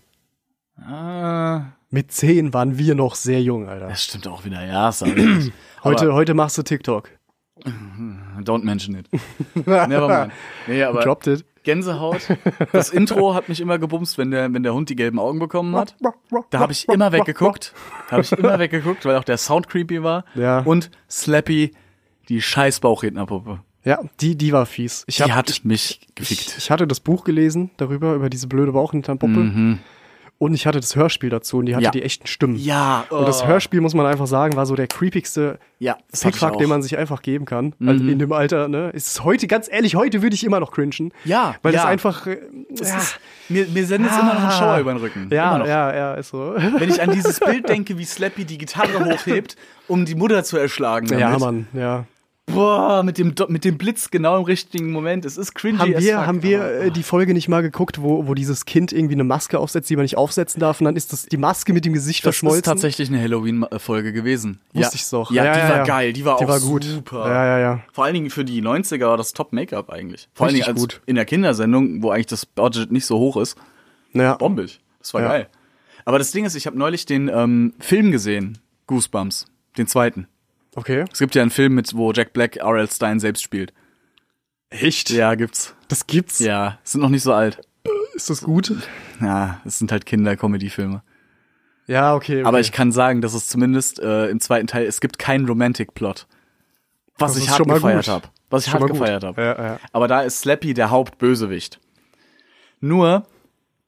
Speaker 4: Ah,
Speaker 5: Mit 10 waren wir noch sehr jung, Alter.
Speaker 4: das stimmt auch wieder, ja. sag ich.
Speaker 5: Heute, heute machst du TikTok.
Speaker 4: Don't mention it. Never mind. Nee, aber
Speaker 5: Dropped it.
Speaker 4: Gänsehaut. Das Intro hat mich immer gebumst, wenn der, wenn der Hund die gelben Augen bekommen hat. Da habe ich immer weggeguckt. Da habe ich immer weggeguckt, weil auch der Sound creepy war.
Speaker 5: Ja.
Speaker 4: Und Slappy, die scheiß Bauchrednerpuppe.
Speaker 5: Ja, die, die war fies. Ich
Speaker 4: Die
Speaker 5: hab,
Speaker 4: hat mich gefickt.
Speaker 5: ich, ich hatte das Buch gelesen darüber, über diese blöde Bauchhinternpuppe. Und ich hatte das Hörspiel dazu und die hatte
Speaker 4: Mhm. Ja.
Speaker 5: die echten Stimmen.
Speaker 4: Ja,
Speaker 5: Und das Hörspiel, muss man einfach sagen, war so der creepigste
Speaker 4: Oh. Ja, das hatte ich
Speaker 5: Pickfuck,
Speaker 4: auch. Mhm.
Speaker 5: den man sich einfach geben kann. Also in dem Alter, ne? Ist heute, ganz ehrlich, heute würde ich immer noch cringen.
Speaker 4: Ja,
Speaker 5: Weil das
Speaker 4: ja.
Speaker 5: einfach. äh,
Speaker 4: Es
Speaker 5: ja, Ah.
Speaker 4: ist, mir, mir sendet es immer noch einen Schauer über den Rücken. immer
Speaker 5: ja,
Speaker 4: noch.
Speaker 5: ja, ja, ist so.
Speaker 4: Wenn ich an dieses Bild denke, wie Slappy die Gitarre hochhebt, um die Mutter zu erschlagen. Damit.
Speaker 5: Ja, Mann, ja.
Speaker 4: Boah, mit dem, Do- mit dem Blitz genau im richtigen Moment. Es ist cringy.
Speaker 5: Haben
Speaker 4: as
Speaker 5: wir,
Speaker 4: fuck,
Speaker 5: haben wir
Speaker 4: aber-
Speaker 5: äh, die Folge nicht mal geguckt, wo, wo dieses Kind irgendwie eine Maske aufsetzt, die man nicht aufsetzen darf, und dann ist das die Maske mit dem Gesicht
Speaker 4: Das
Speaker 5: verschmolzen?
Speaker 4: ist tatsächlich eine Halloween-Folge gewesen.
Speaker 5: Wusste
Speaker 4: ja.
Speaker 5: ich's doch.
Speaker 4: Ja,
Speaker 5: Ja,
Speaker 4: die
Speaker 5: ja,
Speaker 4: war
Speaker 5: ja.
Speaker 4: geil. Die war
Speaker 5: Die
Speaker 4: auch
Speaker 5: war gut.
Speaker 4: super.
Speaker 5: Ja, ja, ja.
Speaker 4: Vor allen Dingen für die 90er war das Top-Make-up eigentlich. Vor allen
Speaker 5: Richtig
Speaker 4: Dingen als
Speaker 5: gut.
Speaker 4: in der Kindersendung, wo eigentlich das Budget nicht so hoch ist.
Speaker 5: Ja.
Speaker 4: bombig. Das war
Speaker 5: Ja.
Speaker 4: geil. Aber das Ding ist, ich habe neulich den ähm, Film gesehen, Goosebumps, den zweiten.
Speaker 5: Okay.
Speaker 4: Es gibt ja einen Film mit, wo Jack Black R.L. Stein selbst spielt.
Speaker 5: Echt? Ja.
Speaker 4: Ja, gibt's.
Speaker 5: Das gibt's.
Speaker 4: Ja, sind noch nicht so alt.
Speaker 5: Ist das gut?
Speaker 4: Ja, es sind halt Kinder-Comedy-Filme.
Speaker 5: Ja, okay. okay.
Speaker 4: Aber ich kann sagen, dass es zumindest äh, im zweiten Teil, es gibt keinen Romantic-Plot. Was
Speaker 5: Das
Speaker 4: ich
Speaker 5: ist
Speaker 4: hart
Speaker 5: schon mal
Speaker 4: gefeiert
Speaker 5: gut.
Speaker 4: habe. Was ich
Speaker 5: Schon
Speaker 4: hart
Speaker 5: mal gut.
Speaker 4: gefeiert habe.
Speaker 5: Ja, ja.
Speaker 4: Aber da ist Slappy der Hauptbösewicht. Nur,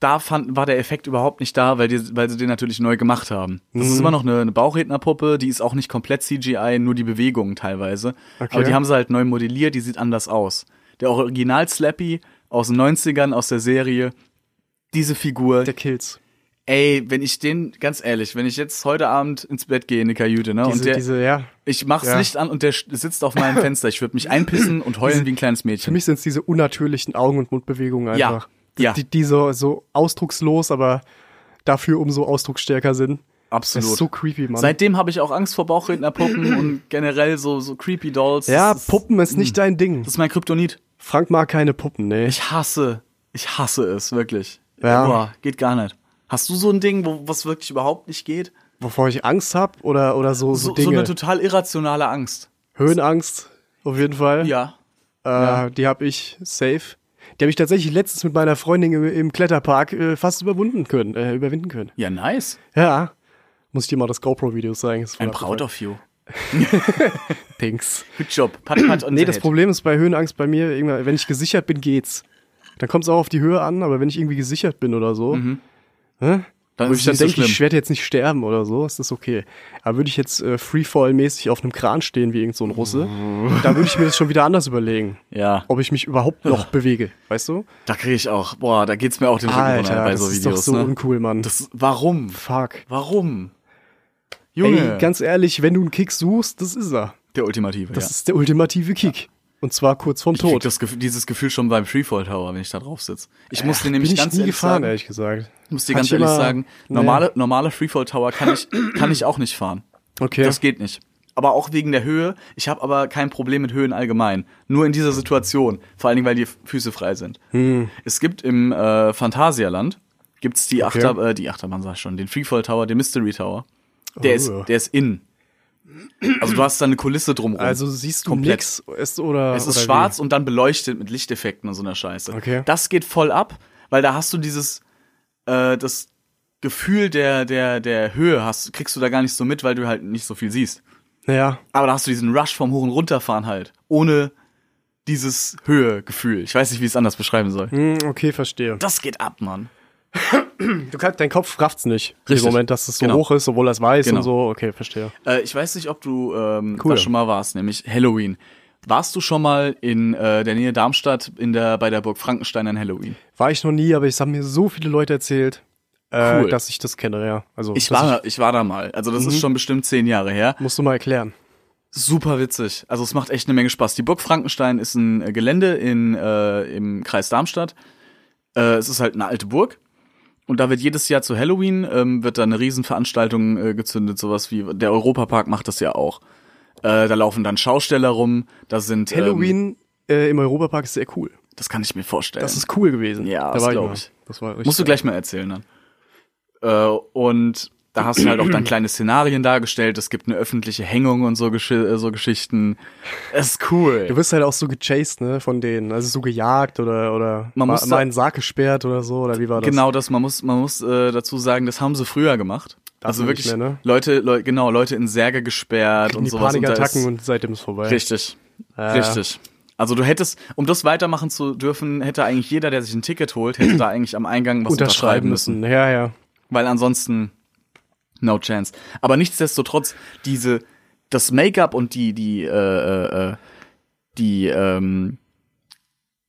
Speaker 4: da fand, war der Effekt überhaupt nicht da, weil, die, weil sie den natürlich neu gemacht haben. Das
Speaker 5: Mhm.
Speaker 4: ist immer noch eine, eine Bauchrednerpuppe, die ist auch nicht komplett CGI, nur die Bewegungen teilweise. Aber die haben sie halt neu modelliert, die sieht anders aus. Der Original Slappy aus den 90ern, aus der Serie, diese Figur,
Speaker 5: Der Kills.
Speaker 4: ey, wenn ich den, ganz ehrlich, wenn ich jetzt heute Abend ins Bett gehe in die Kajüte, ne,
Speaker 5: Diese,
Speaker 4: und der,
Speaker 5: diese, ja.
Speaker 4: ich mach's
Speaker 5: Ja.
Speaker 4: Licht an und der sch- sitzt auf meinem Fenster, ich würde mich einpissen und heulen wie ein kleines
Speaker 5: Für
Speaker 4: Mädchen.
Speaker 5: mich sind's diese unnatürlichen Augen- und Mundbewegungen
Speaker 4: Ja,
Speaker 5: einfach.
Speaker 4: ja.
Speaker 5: Die, die so, so ausdruckslos, aber dafür umso ausdrucksstärker sind. Das
Speaker 4: Absolut.
Speaker 5: ist so creepy, Mann.
Speaker 4: Seitdem habe ich auch Angst vor Bauchrednerpuppen und generell so, so creepy Dolls.
Speaker 5: ja,
Speaker 4: das ist,
Speaker 5: Puppen ist nicht dein Ding.
Speaker 4: Das ist mein Kryptonit.
Speaker 5: Frank mag keine Puppen, ne?
Speaker 4: Ich hasse, Ich hasse es, wirklich.
Speaker 5: Ja.
Speaker 4: Boah, geht gar nicht. Hast du so ein Ding, wo was wirklich überhaupt nicht geht?
Speaker 5: Wovor ich Angst habe oder, oder so, so,
Speaker 4: So, so eine
Speaker 5: Dinge.
Speaker 4: total irrationale Angst.
Speaker 5: Höhenangst, auf jeden Fall.
Speaker 4: Ja.
Speaker 5: Äh, Die habe ich safe. Die habe ich tatsächlich letztens mit meiner Freundin im, im Kletterpark äh, fast überwunden können, äh, überwinden können.
Speaker 4: Ja, nice.
Speaker 5: Ja. Muss ich dir mal das GoPro-Video zeigen? ist voll
Speaker 4: I'm proud of you.
Speaker 5: abgefuckt. Thanks.
Speaker 4: Good job. Pat, pat on
Speaker 5: Nee,
Speaker 4: the
Speaker 5: das
Speaker 4: head.
Speaker 5: Problem ist bei Höhenangst bei mir, irgendwann, wenn ich gesichert bin, geht's. Dann kommt es auch auf die Höhe an, aber wenn ich irgendwie gesichert bin oder so, hä?
Speaker 4: Dann
Speaker 5: wo
Speaker 4: Mhm. ist
Speaker 5: ich
Speaker 4: es
Speaker 5: dann
Speaker 4: nicht so
Speaker 5: denke, ich
Speaker 4: schlimm.
Speaker 5: werde jetzt nicht sterben oder so, ist das okay. Aber würde ich jetzt äh, Freefall-mäßig auf einem Kran stehen wie irgend so ein Russe, da würde ich mir das schon wieder anders überlegen,
Speaker 4: Mhm. Ja,
Speaker 5: ob ich mich überhaupt noch bewege, weißt du?
Speaker 4: da kriege ich auch. Boah, da geht's mir auch den Rücken runter bei
Speaker 5: das
Speaker 4: so
Speaker 5: ist
Speaker 4: Videos.
Speaker 5: doch so
Speaker 4: ne?
Speaker 5: uncool, Mann.
Speaker 4: Das, warum?
Speaker 5: Fuck.
Speaker 4: Warum? Junge,
Speaker 5: Ey, ganz ehrlich, wenn du einen Kick suchst, das ist er.
Speaker 4: der Ultimative.
Speaker 5: Das
Speaker 4: ja.
Speaker 5: ist der ultimative Kick. Und zwar kurz vorm
Speaker 4: ich krieg
Speaker 5: Tod.
Speaker 4: das Gefühl, dieses Gefühl schon beim Freefall Tower, wenn ich da drauf sitze. Ich muss dir
Speaker 5: Äh, Bin
Speaker 4: nämlich
Speaker 5: ich
Speaker 4: ganz
Speaker 5: nie
Speaker 4: ehrlich
Speaker 5: gefahren,
Speaker 4: sagen,
Speaker 5: ehrlich gesagt.
Speaker 4: ich muss dir
Speaker 5: Hat
Speaker 4: ganz
Speaker 5: ich
Speaker 4: ehrlich
Speaker 5: immer-
Speaker 4: sagen,
Speaker 5: Nee.
Speaker 4: normale, normale Freefall Tower kann ich, kann ich auch nicht fahren.
Speaker 5: Okay.
Speaker 4: Das geht nicht. Aber auch wegen der Höhe. Ich habe aber kein Problem mit Höhen allgemein. Nur in dieser Situation. Vor allen Dingen, weil die Füße frei sind.
Speaker 5: Hm.
Speaker 4: Es gibt im äh, Phantasialand gibt's die, Achter, äh, die Achterbahn, sag ich schon, den Freefall Tower, den Mystery Tower. Der,
Speaker 5: Oh.
Speaker 4: ist, der ist in. Also du hast da eine Kulisse drumrum.
Speaker 5: Also siehst du
Speaker 4: Komplett.
Speaker 5: nix ist, oder
Speaker 4: Es
Speaker 5: oder
Speaker 4: ist
Speaker 5: wie?
Speaker 4: schwarz und dann beleuchtet mit Lichteffekten und so einer Scheiße.
Speaker 5: Okay.
Speaker 4: Das geht voll ab, weil da hast du dieses äh, das Gefühl der der der Höhe hast kriegst du da gar nicht so mit, weil du halt nicht so viel siehst.
Speaker 5: Ja,
Speaker 4: Aber da hast du diesen Rush vom hohen runterfahren halt ohne dieses Höhegefühl. Ich weiß nicht, wie ich es anders beschreiben soll.
Speaker 5: Hm, okay, verstehe.
Speaker 4: Das geht ab, Mann.
Speaker 5: Du kannst, dein Kopf rafft's nicht.
Speaker 4: Richtig.
Speaker 5: Im Moment, dass es so
Speaker 4: Genau.
Speaker 5: hoch ist, obwohl er es weiß
Speaker 4: Genau.
Speaker 5: und so. Okay, verstehe.
Speaker 4: Äh, ich weiß nicht, ob du ähm,
Speaker 5: Cool.
Speaker 4: da schon mal warst, nämlich Halloween. Warst du schon mal in äh, der Nähe Darmstadt in der bei der Burg Frankenstein an Halloween?
Speaker 5: War ich noch nie, aber es haben mir so viele Leute erzählt, äh,
Speaker 4: Cool.
Speaker 5: dass ich das kenne, ja. Also,
Speaker 4: Ich
Speaker 5: dass Mhm.
Speaker 4: war, da- ich war da mal. Also das ist schon bestimmt zehn Jahre her.
Speaker 5: Musst du mal erklären.
Speaker 4: Super witzig. Also es macht echt eine Menge Spaß. Die Burg Frankenstein ist ein äh, Gelände in, äh, im Kreis Darmstadt. Äh, es ist halt eine alte Burg. Und da wird jedes Jahr zu Halloween, ähm, wird da eine Riesenveranstaltung äh, gezündet, sowas wie der Europapark macht das ja auch. Äh, da laufen dann Schausteller rum, da sind Ähm,
Speaker 5: Halloween äh, im Europapark ist sehr cool.
Speaker 4: das kann ich mir vorstellen.
Speaker 5: Das ist cool gewesen.
Speaker 4: Ähm. Ja,
Speaker 5: da
Speaker 4: das
Speaker 5: war ich
Speaker 4: glaub
Speaker 5: mal.
Speaker 4: ich.
Speaker 5: Das war richtig
Speaker 4: Musst du
Speaker 5: geil.
Speaker 4: gleich mal erzählen dann. Äh, und da hast du halt auch dann kleine Szenarien dargestellt. Es gibt eine öffentliche Hängung und so, Gesch äh, so Geschichten. Es ist cool.
Speaker 5: Du wirst halt auch so gechased, ne, von denen. Also so gejagt oder, oder
Speaker 4: Man
Speaker 5: ma-
Speaker 4: muss
Speaker 5: mal
Speaker 4: da-
Speaker 5: in den Sarg gesperrt oder so, oder wie war das?
Speaker 4: Genau das, man muss, man muss äh, dazu sagen, das haben sie früher gemacht.
Speaker 5: Darf
Speaker 4: also
Speaker 5: man
Speaker 4: wirklich,
Speaker 5: nicht mehr, ne?
Speaker 4: Leute, Leu genau, Leute in Särge gesperrt
Speaker 5: Die
Speaker 4: und sowas. Und da
Speaker 5: Panikattacken
Speaker 4: ist-
Speaker 5: und, seitdem ist vorbei.
Speaker 4: richtig,
Speaker 5: Ja.
Speaker 4: richtig. Also du hättest, um das weitermachen zu dürfen, hätte eigentlich jeder, der sich ein Ticket holt, hätte da eigentlich am Eingang was
Speaker 5: Unterschreiben
Speaker 4: unterschreiben
Speaker 5: müssen. Ja, ja.
Speaker 4: weil ansonsten no chance. Aber nichtsdestotrotz diese das Make-up und die die äh, äh, äh, die ähm,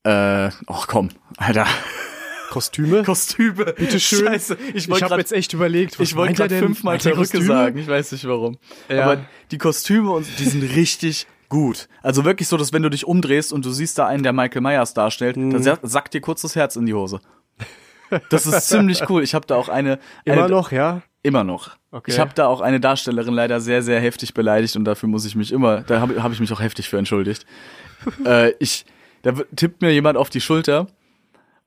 Speaker 4: äh, ach komm, Alter,
Speaker 5: Kostüme?
Speaker 4: Kostüme.
Speaker 5: schön.
Speaker 4: Scheiße, ich
Speaker 5: ich
Speaker 4: wollte
Speaker 5: habe
Speaker 4: grad-
Speaker 5: jetzt echt überlegt, was
Speaker 4: ich wollte
Speaker 5: meint er
Speaker 4: gerade
Speaker 5: denn?
Speaker 4: fünfmal
Speaker 5: Meint er
Speaker 4: Perücke
Speaker 5: Kostüme?
Speaker 4: sagen, ich weiß nicht warum.
Speaker 5: Ja.
Speaker 4: Aber die Kostüme und die sind richtig gut. Also wirklich so, dass wenn du dich umdrehst und du siehst da einen, der Michael Myers darstellt,
Speaker 5: Mhm.
Speaker 4: dann sa- sackt dir kurz das Herz in die Hose. Das ist ziemlich cool. Ich habe da auch eine
Speaker 5: Immer
Speaker 4: eine,
Speaker 5: noch, ja?
Speaker 4: Immer noch.
Speaker 5: Okay.
Speaker 4: Ich habe da auch eine Darstellerin leider sehr, sehr heftig beleidigt und dafür muss ich mich immer, da habe hab ich mich auch heftig für entschuldigt. äh, ich, da w- tippt mir jemand auf die Schulter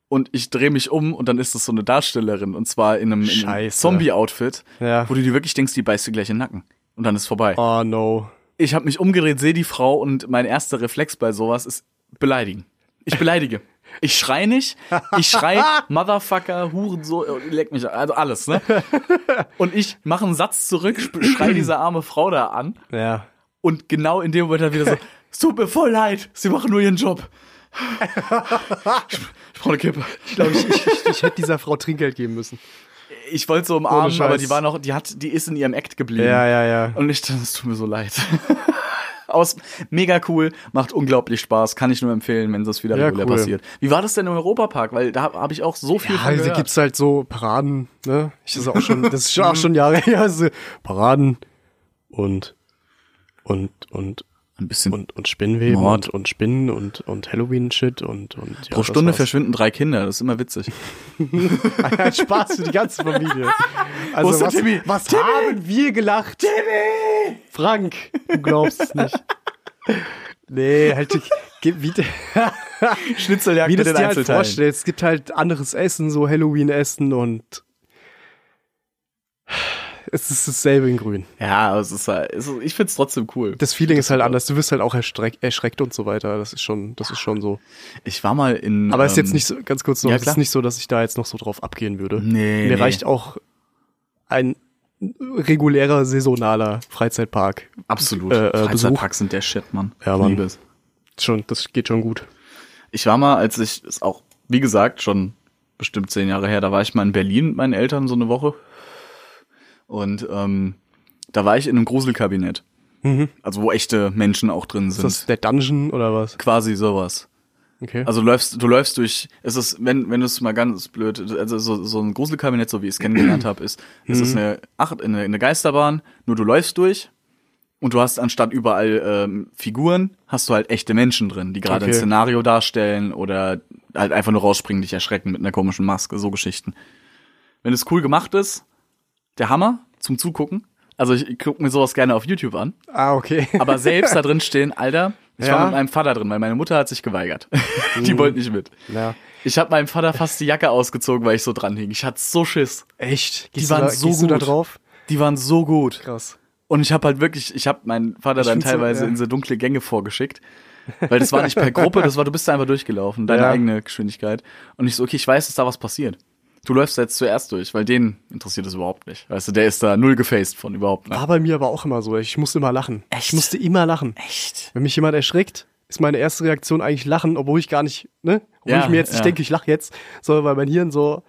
Speaker 4: und ich drehe mich um und dann ist es so eine Darstellerin und zwar in einem, in einem
Speaker 5: Scheiße.
Speaker 4: Zombie-Outfit,
Speaker 5: Ja.
Speaker 4: wo du dir wirklich denkst, die beißt dir gleich in den Nacken. Und dann ist vorbei.
Speaker 5: Oh no.
Speaker 4: Ich habe mich umgedreht, sehe die Frau und mein erster Reflex bei sowas ist beleidigen. Ich beleidige. Ich schrei nicht. Ich schrei Motherfucker, Hurensohn, äh, leck mich, also alles, ne? Und ich mache einen Satz zurück, sp- schrei diese arme Frau da an
Speaker 5: Ja.
Speaker 4: und genau in dem Moment dann wieder so, es tut mir voll leid, sie machen nur ihren Job. Ich, ich brauche eine Kippe.
Speaker 5: Ich glaube, ich, ich, ich, ich hätte dieser Frau Trinkgeld geben müssen.
Speaker 4: Ich wollte so umarmen,
Speaker 5: Scheiß.
Speaker 4: aber die war noch, die hat, die ist in ihrem Act geblieben.
Speaker 5: Ja, ja, ja.
Speaker 4: Und ich, es tut mir so leid. Aus, mega cool, macht unglaublich Spaß, kann ich nur empfehlen, wenn das wieder
Speaker 5: Ja,
Speaker 4: regulär
Speaker 5: cool.
Speaker 4: passiert. Wie war das denn im Europapark? Weil da habe hab ich auch so viel
Speaker 5: Ja,
Speaker 4: von
Speaker 5: also
Speaker 4: gehört.
Speaker 5: gibt's halt so Paraden, ne? Ich das ist auch schon, das ist schon- auch schon Jahre her. Also Paraden und und und
Speaker 4: ein bisschen
Speaker 5: und und Spinnweben
Speaker 4: Mord.
Speaker 5: und, und Spinnen und und Halloween Shit und und ja,
Speaker 4: pro
Speaker 5: das
Speaker 4: Stunde
Speaker 5: war's.
Speaker 4: verschwinden drei Kinder, das ist immer witzig.
Speaker 5: Hat Spaß für die ganze
Speaker 4: Wo
Speaker 5: Familie.
Speaker 4: ist
Speaker 5: Also
Speaker 4: der
Speaker 5: was,
Speaker 4: Timmy?
Speaker 5: was haben wir gelacht? Timmy! Frank, du glaubst es nicht. Nee, halt die, Ge- Wie, de-
Speaker 4: Schnitzeljagd
Speaker 5: wie
Speaker 4: mit
Speaker 5: du
Speaker 4: den
Speaker 5: es dir halt
Speaker 4: Einzelteilen.
Speaker 5: vorstellst. Es gibt halt anderes Essen, so Halloween-Essen und es ist dasselbe in grün.
Speaker 4: ja, aber es ist halt, es ist, ich find's trotzdem cool.
Speaker 5: Das Feeling ist halt anders. Du wirst halt auch erschreck, erschreckt und so weiter. Das ist schon, das ist schon so.
Speaker 4: Ich war mal in.
Speaker 5: Aber es ist
Speaker 4: ähm,
Speaker 5: jetzt nicht so, ganz kurz noch,
Speaker 4: ja,
Speaker 5: es
Speaker 4: klar.
Speaker 5: ist nicht so, dass ich da jetzt noch so drauf abgehen würde.
Speaker 4: Nee,
Speaker 5: Mir
Speaker 4: nee.
Speaker 5: reicht auch ein regulärer, saisonaler Freizeitpark.
Speaker 4: Absolut.
Speaker 5: äh, äh,
Speaker 4: Freizeitparks sind der Shit, Mann.
Speaker 5: Ja, Mann.
Speaker 4: Liebes.
Speaker 5: Schon, das geht schon gut.
Speaker 4: Ich war mal, als ich, ist auch, wie gesagt, schon bestimmt zehn Jahre her, da war ich mal in Berlin mit meinen Eltern so eine Woche. Und ähm, da war ich in einem Gruselkabinett. Also wo echte Menschen auch drin
Speaker 5: Ist
Speaker 4: sind.
Speaker 5: das der Dungeon oder was?
Speaker 4: Quasi sowas.
Speaker 5: Okay.
Speaker 4: Also läufst, du läufst durch, es ist, wenn, wenn du es mal ganz blöd, also so, so ein Gruselkabinett, so wie ich es kennengelernt habe, ist, es
Speaker 5: Mhm.
Speaker 4: ist eine, Ach, eine, eine Geisterbahn, nur du läufst durch und du hast anstatt überall ähm, Figuren, hast du halt echte Menschen drin, die gerade ein
Speaker 5: Okay.
Speaker 4: Szenario darstellen oder halt einfach nur rausspringen, dich erschrecken mit einer komischen Maske, so Geschichten. Wenn es cool gemacht ist, der Hammer zum Zugucken. Also ich gucke mir sowas gerne auf YouTube an.
Speaker 5: ah, okay.
Speaker 4: Aber selbst da drin stehen, Alter, ich war
Speaker 5: Ja.
Speaker 4: mit meinem Vater drin, weil meine Mutter hat sich geweigert. Die wollte nicht mit.
Speaker 5: Ja.
Speaker 4: Ich habe meinem Vater fast die Jacke ausgezogen, weil ich so dran hing. Ich hatte so Schiss.
Speaker 5: Echt?
Speaker 4: Die
Speaker 5: Gehst
Speaker 4: waren
Speaker 5: du da,
Speaker 4: so
Speaker 5: gehst du da
Speaker 4: gut.
Speaker 5: drauf?
Speaker 4: Die waren so gut.
Speaker 5: Krass.
Speaker 4: Und ich habe halt wirklich, ich habe meinen Vater dann
Speaker 5: find's so-
Speaker 4: teilweise
Speaker 5: ja.
Speaker 4: in so dunkle Gänge vorgeschickt. Weil das war nicht per Gruppe, das war, du bist da einfach durchgelaufen, deine
Speaker 5: Ja.
Speaker 4: eigene Geschwindigkeit. Und ich so, okay, ich weiß, dass da was passiert. Du läufst da jetzt zuerst durch, weil den interessiert es überhaupt nicht. Weißt du, der ist da null gefaced von überhaupt. Ne?
Speaker 5: War bei mir aber auch immer so. Ich musste immer lachen.
Speaker 4: Echt?
Speaker 5: Ich musste immer lachen.
Speaker 4: Echt?
Speaker 5: Wenn mich jemand erschreckt, ist meine erste Reaktion eigentlich lachen, obwohl ich gar nicht, ne? Obwohl
Speaker 4: Ja,
Speaker 5: ich mir jetzt
Speaker 4: ja.
Speaker 5: nicht denke, ich lache jetzt, sondern weil mein Hirn so,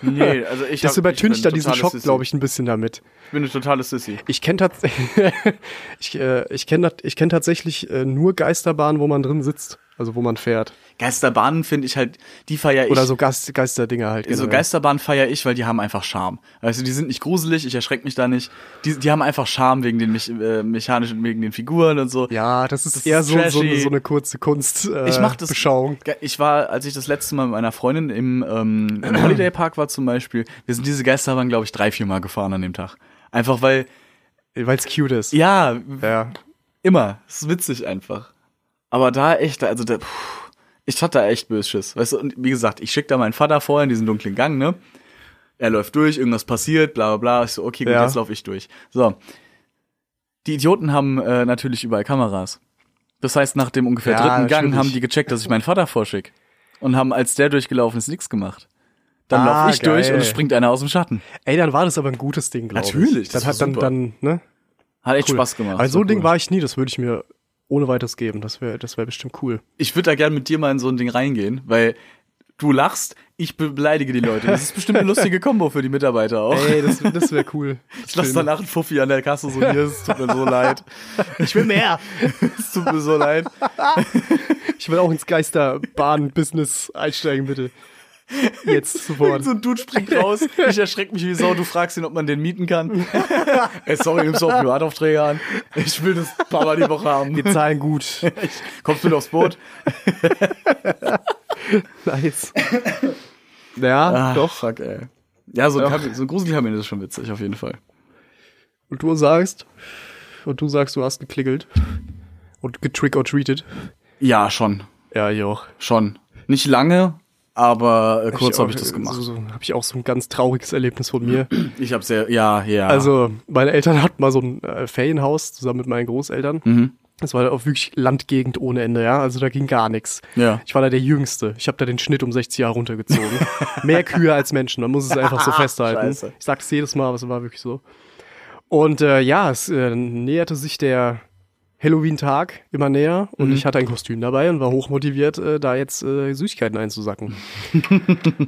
Speaker 4: Nee, also ich
Speaker 5: das
Speaker 4: hab- ich bin
Speaker 5: übertüncht dann diesen
Speaker 4: totale
Speaker 5: Schock,
Speaker 4: Sissi.
Speaker 5: glaube ich, ein bisschen damit.
Speaker 4: Ich bin eine totale Sissy.
Speaker 5: Ich kenne ich, äh, ich kenn, tat- ich kenn tatsächlich äh, nur Geisterbahnen, wo man drin sitzt, also wo man fährt.
Speaker 4: Geisterbahnen finde ich halt, die feiere ich.
Speaker 5: Oder so Geist, Geisterdinger halt.
Speaker 4: so
Speaker 5: generell.
Speaker 4: Geisterbahnen feiere ich, weil die haben einfach Charme. Weißt du, die sind nicht gruselig, ich erschrecke mich da nicht. Die, die haben einfach Charme wegen den Mech äh, mechanischen, wegen den Figuren und so.
Speaker 5: Ja, das ist
Speaker 4: Das
Speaker 5: eher
Speaker 4: ist
Speaker 5: so, so,
Speaker 4: trashy.
Speaker 5: so eine kurze Kunst. Äh,
Speaker 4: ich mach das.
Speaker 5: Beschauung.
Speaker 4: Ge- Ich war, als ich das letzte Mal mit meiner Freundin im, ähm, im Holiday Park war zum Beispiel, wir sind diese Geisterbahn, glaube ich, drei, vier Mal gefahren an dem Tag. Einfach weil,
Speaker 5: Weil es cute ist.
Speaker 4: ja,
Speaker 5: ja.
Speaker 4: immer. Es ist witzig einfach. Aber da echt, also da, puh, ich hatte da echt böses Schiss. Weißt du, und wie gesagt, ich schick da meinen Vater vor in diesen dunklen Gang, ne? Er läuft durch, irgendwas passiert, bla bla bla. Ich so, okay, gut,
Speaker 5: Ja.
Speaker 4: jetzt laufe ich durch. So. Die Idioten haben äh, natürlich überall Kameras. Das heißt, nach dem ungefähr
Speaker 5: Ja,
Speaker 4: dritten Gang
Speaker 5: natürlich.
Speaker 4: haben die gecheckt, dass ich meinen Vater vorschick. Und haben, als der durchgelaufen ist, nichts gemacht. Dann lauf
Speaker 5: Ah,
Speaker 4: ich durch
Speaker 5: geil.
Speaker 4: und es springt einer aus dem Schatten.
Speaker 5: Ey, dann war das aber ein gutes Ding, glaube ich.
Speaker 4: Natürlich, das
Speaker 5: Das hat
Speaker 4: war
Speaker 5: dann,
Speaker 4: super.
Speaker 5: dann, ne?
Speaker 4: Hat echt
Speaker 5: Cool.
Speaker 4: Spaß gemacht.
Speaker 5: Also so ein Ding
Speaker 4: cool.
Speaker 5: war ich nie, das würde ich mir ohne weiteres geben. Das wäre das wär bestimmt cool.
Speaker 4: ich würde da gern mit dir mal in so ein Ding reingehen, weil du lachst, ich be- beleidige die Leute. Das ist bestimmt eine lustige Kombo für die Mitarbeiter auch.
Speaker 5: Ey, das, das wäre cool.
Speaker 4: ich lasse danach einen Fuffi an der Kasse so hier, es tut mir so leid.
Speaker 5: Ich will mehr.
Speaker 4: Es tut mir so leid.
Speaker 5: Ich will auch ins Geisterbahn-Business einsteigen, bitte. Jetzt sofort.
Speaker 4: So ein Dude springt raus, ich erschrecke mich wie Sau, du fragst ihn, ob man den mieten kann. Ey, sorry, nimmst du auch Privataufträge an? Ich will das ein paar Mal die Woche haben.
Speaker 5: Wir zahlen gut.
Speaker 4: Kommst du mit aufs Boot?
Speaker 5: Nice. Ja, doch.
Speaker 4: fuck, ey. Ah. Ja, so ein, Kabin, so ein Gruselkabinett ist schon witzig, auf jeden Fall.
Speaker 5: Und du sagst, und du sagst, du hast geklingelt und getrick or treated.
Speaker 4: Ja, schon.
Speaker 5: Ja, ich auch.
Speaker 4: Schon. Nicht lange, aber äh, kurz
Speaker 5: auch-
Speaker 4: habe ich das gemacht.
Speaker 5: So, so, habe ich auch so ein ganz trauriges Erlebnis von mir.
Speaker 4: Ich habe sehr, ja, ja.
Speaker 5: Also, meine Eltern hatten mal so ein äh, Ferienhaus zusammen mit meinen Großeltern. Das war auch wirklich Landgegend ohne Ende, ja. Also da ging gar nichts.
Speaker 4: Ja.
Speaker 5: Ich war da der Jüngste. Ich habe da den Schnitt um 60 Jahre runtergezogen. Mehr Kühe als Menschen, man muss es einfach so festhalten.
Speaker 4: Scheiße.
Speaker 5: Ich sag's jedes Mal, aber es war wirklich so. Und äh, ja, es äh, näherte sich der Halloween-Tag immer näher und
Speaker 4: Mhm.
Speaker 5: ich hatte ein Kostüm dabei und war hochmotiviert, äh, da jetzt äh, Süßigkeiten einzusacken.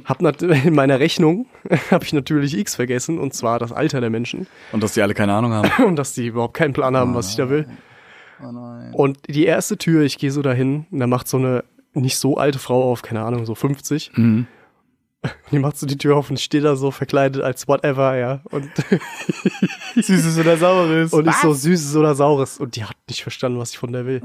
Speaker 5: hab nat- in meiner Rechnung habe ich natürlich X vergessen und zwar das Alter der Menschen
Speaker 4: und dass die alle keine Ahnung haben.
Speaker 5: und dass die überhaupt keinen Plan
Speaker 4: Ah,
Speaker 5: haben, was ich da will. Oh Und die erste Tür, ich gehe so dahin und da macht so eine nicht so alte Frau auf, keine Ahnung, so 50.
Speaker 4: Mhm.
Speaker 5: Die macht so die Tür auf und steht da so verkleidet als whatever, ja. Und,
Speaker 4: Süßes oder Saures. Ah.
Speaker 5: und ist so süßes oder saures. Und die hat nicht verstanden, was ich von der will.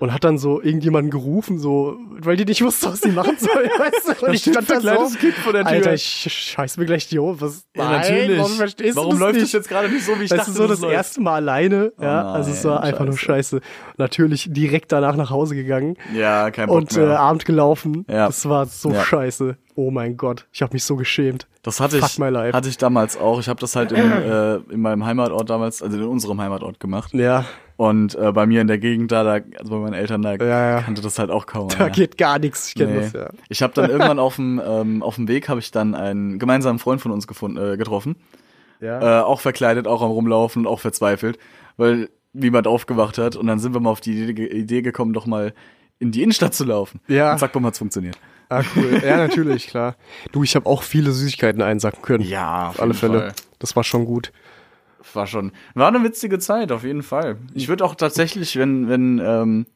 Speaker 5: Und hat dann so irgendjemanden gerufen, so, weil die nicht wusste, was sie machen soll. Weißt du? Und
Speaker 4: Da steht ein
Speaker 5: da so,
Speaker 4: kleines Kind vor der Tür.
Speaker 5: Alter, ich scheiß mir gleich die Hose. Was?
Speaker 4: Ja,
Speaker 5: Nein,
Speaker 4: natürlich.
Speaker 5: Warum verstehst
Speaker 4: Warum
Speaker 5: du das
Speaker 4: läuft
Speaker 5: nicht?
Speaker 4: das jetzt gerade nicht so, wie ich
Speaker 5: das
Speaker 4: dachte,
Speaker 5: ist so
Speaker 4: das
Speaker 5: das
Speaker 4: läuft?
Speaker 5: erste Mal alleine. ja,
Speaker 4: nein,
Speaker 5: also es war einfach nur scheiße. Natürlich direkt danach nach Hause gegangen
Speaker 4: Ja, kein Bock
Speaker 5: und äh,
Speaker 4: mehr.
Speaker 5: Abend gelaufen.
Speaker 4: Ja.
Speaker 5: Das war so
Speaker 4: Ja.
Speaker 5: scheiße. Oh mein Gott, ich habe mich so geschämt.
Speaker 4: Das hatte ich,
Speaker 5: Fuck my life.
Speaker 4: hatte ich damals auch. Ich habe das halt in, äh, in meinem Heimatort damals, also in unserem Heimatort gemacht.
Speaker 5: ja,
Speaker 4: Und äh, bei mir in der Gegend da, da also bei meinen Eltern da
Speaker 5: Ja, ja.
Speaker 4: kannte das halt auch kaum.
Speaker 5: da
Speaker 4: einer.
Speaker 5: geht gar nichts. Ich kenne
Speaker 4: Nee.
Speaker 5: das ja.
Speaker 4: Ich habe dann irgendwann auf dem ähm, auf dem Weg habe ich dann einen gemeinsamen Freund von uns gefunden, äh, getroffen,
Speaker 5: Ja.
Speaker 4: äh, auch verkleidet, auch am rumlaufen, auch verzweifelt, weil niemand aufgewacht hat. Und dann sind wir mal auf die Idee- Idee gekommen, doch mal in die Innenstadt zu laufen.
Speaker 5: Ja.
Speaker 4: Und zack, bumm, hat's funktioniert.
Speaker 5: Ah, cool. Ja, natürlich, klar. Du, ich habe auch viele Süßigkeiten einsacken können.
Speaker 4: Ja,
Speaker 5: auf alle Fälle. Das war schon gut.
Speaker 4: War schon, war eine witzige Zeit, auf jeden Fall. Ich würde auch tatsächlich, wenn, wenn, ähm,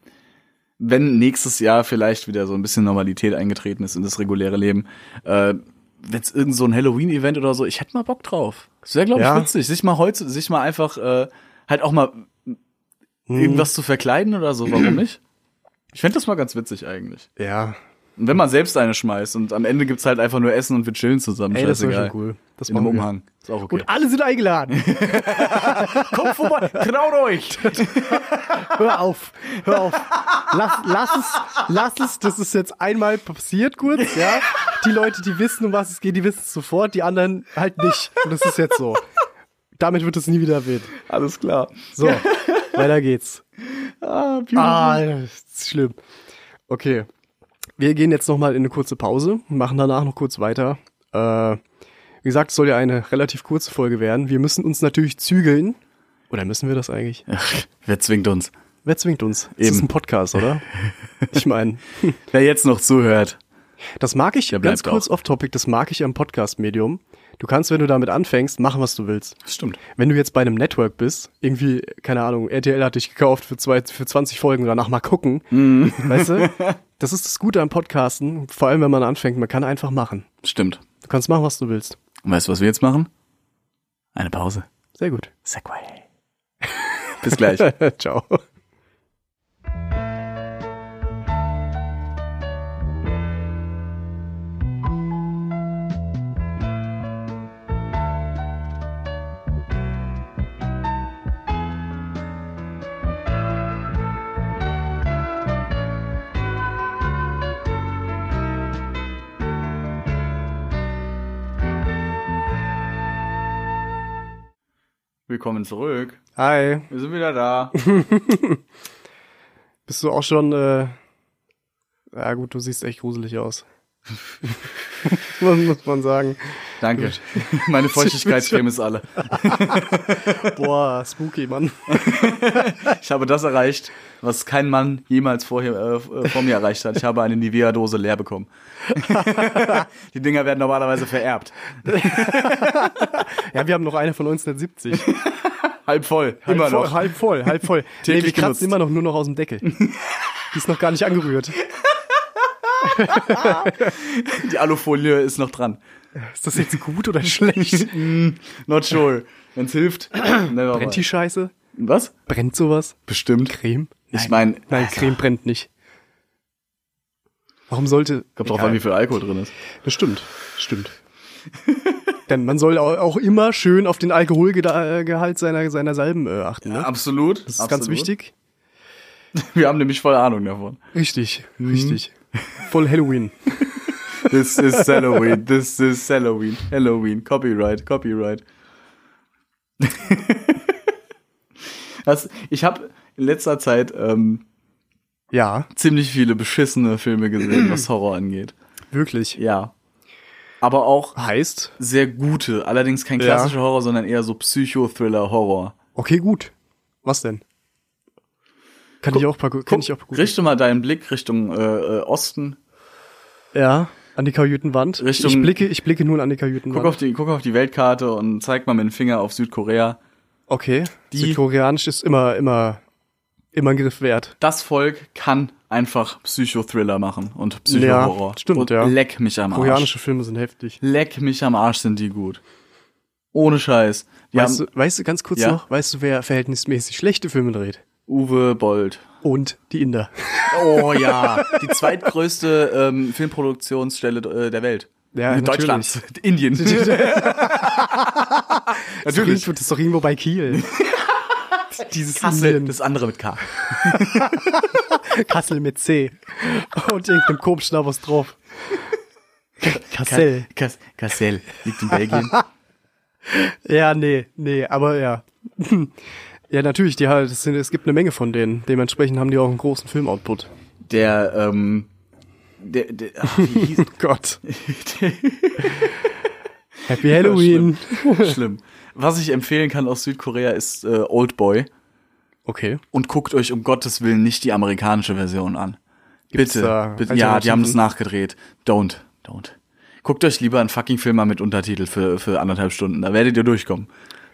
Speaker 4: wenn nächstes Jahr vielleicht wieder so ein bisschen Normalität eingetreten ist in das reguläre Leben, äh, wenn's irgend so ein Halloween-Event oder so, ich hätte mal Bock drauf. Das wäre, glaube ich,
Speaker 5: Ja.
Speaker 4: witzig. Sich mal heute, sich mal einfach, äh, halt auch mal
Speaker 5: Hm.
Speaker 4: irgendwas zu verkleiden oder so, warum nicht? Ich fänd das mal ganz witzig eigentlich.
Speaker 5: Ja.
Speaker 4: Und wenn man selbst eine schmeißt und am Ende gibt's halt einfach nur Essen und wir chillen zusammen,
Speaker 5: Ey, das war
Speaker 4: scheißegal.
Speaker 5: schon cool. Das
Speaker 4: In einem
Speaker 5: machen wir.
Speaker 4: Umhang. Ist auch okay.
Speaker 5: Und alle sind eingeladen.
Speaker 4: kommt vorbei, traut euch!
Speaker 5: Hör auf. Hör auf. Lass, lass es, lass es. Das ist jetzt einmal passiert kurz, ja. Die Leute, die wissen, um was es geht, die wissen es sofort. Die anderen halt nicht. Und das ist jetzt so. Damit wird es nie wieder erwähnt.
Speaker 4: Alles klar.
Speaker 5: So. Weiter geht's.
Speaker 4: Ah,
Speaker 5: Ah, das ist schlimm. Okay. Wir gehen jetzt nochmal in eine kurze Pause, machen danach noch kurz weiter. Äh, wie gesagt, es soll ja eine relativ kurze Folge werden. Wir müssen uns natürlich zügeln. Oder müssen wir das eigentlich?
Speaker 4: Ach, wer zwingt uns?
Speaker 5: Wer zwingt uns? Eben.
Speaker 4: Eben.
Speaker 5: Das ist ein Podcast, oder? ich meine,
Speaker 4: Wer jetzt noch zuhört.
Speaker 5: das mag ich,
Speaker 4: bleibt
Speaker 5: ganz kurz
Speaker 4: auch.
Speaker 5: off-topic, das mag ich am Podcast-Medium. Du kannst, wenn du damit anfängst, machen, was du willst.
Speaker 4: Stimmt.
Speaker 5: Wenn du jetzt bei einem Network bist, irgendwie, keine Ahnung, RTL hat dich gekauft für, zwei, für 20 Folgen, danach mal gucken. Weißt du? Das ist das Gute am Podcasten, vor allem wenn man anfängt, man kann einfach machen.
Speaker 4: Stimmt.
Speaker 5: Du kannst machen, was du willst.
Speaker 4: Und weißt du, was wir jetzt machen? Eine Pause.
Speaker 5: Sehr gut.
Speaker 4: Segway. Bis gleich.
Speaker 5: Ciao.
Speaker 4: Willkommen zurück.
Speaker 5: Hi.
Speaker 4: Wir sind wieder da.
Speaker 5: Bist du auch schon, äh, ja gut, du siehst echt gruselig aus. muss, muss man sagen.
Speaker 4: Danke. Meine Feuchtigkeitscreme ist alle.
Speaker 5: Boah, spooky, Mann.
Speaker 4: Ich habe das erreicht, was kein Mann jemals vorher, äh, vor mir erreicht hat. Ich habe eine Nivea-Dose leer bekommen. Die Dinger werden normalerweise vererbt.
Speaker 5: Ja, wir haben noch eine von 1970.
Speaker 4: Halb voll. Immer
Speaker 5: halb Voll,
Speaker 4: noch.
Speaker 5: halb voll, halb voll. nee, wir
Speaker 4: Täglich genutzt.
Speaker 5: kratzen immer noch nur noch aus dem Deckel. Die ist noch gar nicht angerührt.
Speaker 4: Die Alufolie ist noch dran.
Speaker 5: Ist das jetzt gut oder schlecht?
Speaker 4: Not sure. Wenn's hilft. Never
Speaker 5: Brennt die
Speaker 4: mind.
Speaker 5: Scheiße?
Speaker 4: Was?
Speaker 5: Brennt sowas?
Speaker 4: Bestimmt.
Speaker 5: Creme?
Speaker 4: Ich meine,
Speaker 5: Nein, Creme brennt nicht. Warum sollte.
Speaker 4: kommt drauf an, wie viel Alkohol drin ist.
Speaker 5: Das stimmt. Stimmt. Denn man soll au- auch immer schön auf den Alkoholgehalt seiner, seiner Salben äh, achten. Ne?
Speaker 4: Absolut.
Speaker 5: das ist ganz wichtig.
Speaker 4: Wir haben nämlich voll Ahnung davon.
Speaker 5: Richtig, richtig.
Speaker 4: Mhm.
Speaker 5: Voll Halloween.
Speaker 4: This is Halloween. This is Halloween. Halloween. Copyright. Copyright. das, ich habe in letzter Zeit ähm,
Speaker 5: Ja,
Speaker 4: ziemlich viele beschissene Filme gesehen, was Horror angeht.
Speaker 5: wirklich.
Speaker 4: Ja. Aber auch
Speaker 5: Heißt,
Speaker 4: sehr gute. Allerdings kein
Speaker 5: Ja.
Speaker 4: klassischer Horror, sondern eher so Psychothriller-Horror.
Speaker 5: okay, gut. Was denn? Kann ich auch paar, kann ich auch paar gut.
Speaker 4: Richte mal deinen Blick Richtung äh, äh, Osten.
Speaker 5: Ja, an die Kajütenwand.
Speaker 4: Richtung-
Speaker 5: ich blicke, ich blicke nun an die Kajütenwand.
Speaker 4: Guck auf, die, guck auf die Weltkarte und zeig mal mit dem Finger auf Südkorea.
Speaker 5: Okay.
Speaker 4: Die-
Speaker 5: Südkoreanisch ist immer, immer, immer ein Griff wert.
Speaker 4: das Volk kann einfach Psychothriller machen und Psychohorror.
Speaker 5: Ja, stimmt,
Speaker 4: und
Speaker 5: ja.
Speaker 4: Leck mich am Arsch.
Speaker 5: Koreanische Filme sind heftig.
Speaker 4: Leck mich am Arsch sind die gut. Ohne Scheiß. Die
Speaker 5: Weißt,
Speaker 4: haben,
Speaker 5: du, weißt du, ganz kurz
Speaker 4: Ja.
Speaker 5: noch, weißt du, wer verhältnismäßig schlechte Filme dreht?
Speaker 4: Uwe Bold.
Speaker 5: Und die Inder.
Speaker 4: Oh ja, die zweitgrößte ähm, Filmproduktionsstelle äh, der Welt.
Speaker 5: Ja,
Speaker 4: Deutschlands, Indien.
Speaker 5: Natürlich. Das ist doch irgendwo bei Kiel. Dieses
Speaker 4: Kassel,
Speaker 5: Indien.
Speaker 4: das andere mit K.
Speaker 5: Kassel mit C. Und irgendeinem komischen was drauf. Kassel.
Speaker 4: Kas Kassel liegt in Belgien.
Speaker 5: Ja, nee, nee, aber ja. Ja, natürlich, die halt, es, sind, es gibt eine Menge von denen. Dementsprechend haben die auch einen großen Filmoutput.
Speaker 4: Der, ähm, der, der, ach, wie hieß,
Speaker 5: Gott.
Speaker 4: der
Speaker 5: Happy Halloween.
Speaker 4: schlimm. Was ich empfehlen kann aus Südkorea ist äh, Old Boy
Speaker 5: Okay.
Speaker 4: und guckt euch um Gottes Willen nicht die amerikanische Version an.
Speaker 5: da
Speaker 4: bitte, bitte. Ja, die
Speaker 5: Alternativen?
Speaker 4: haben das nachgedreht. Don't, don't. Guckt euch lieber einen fucking Film mal mit Untertitel für, für anderthalb Stunden. Da werdet ihr durchkommen.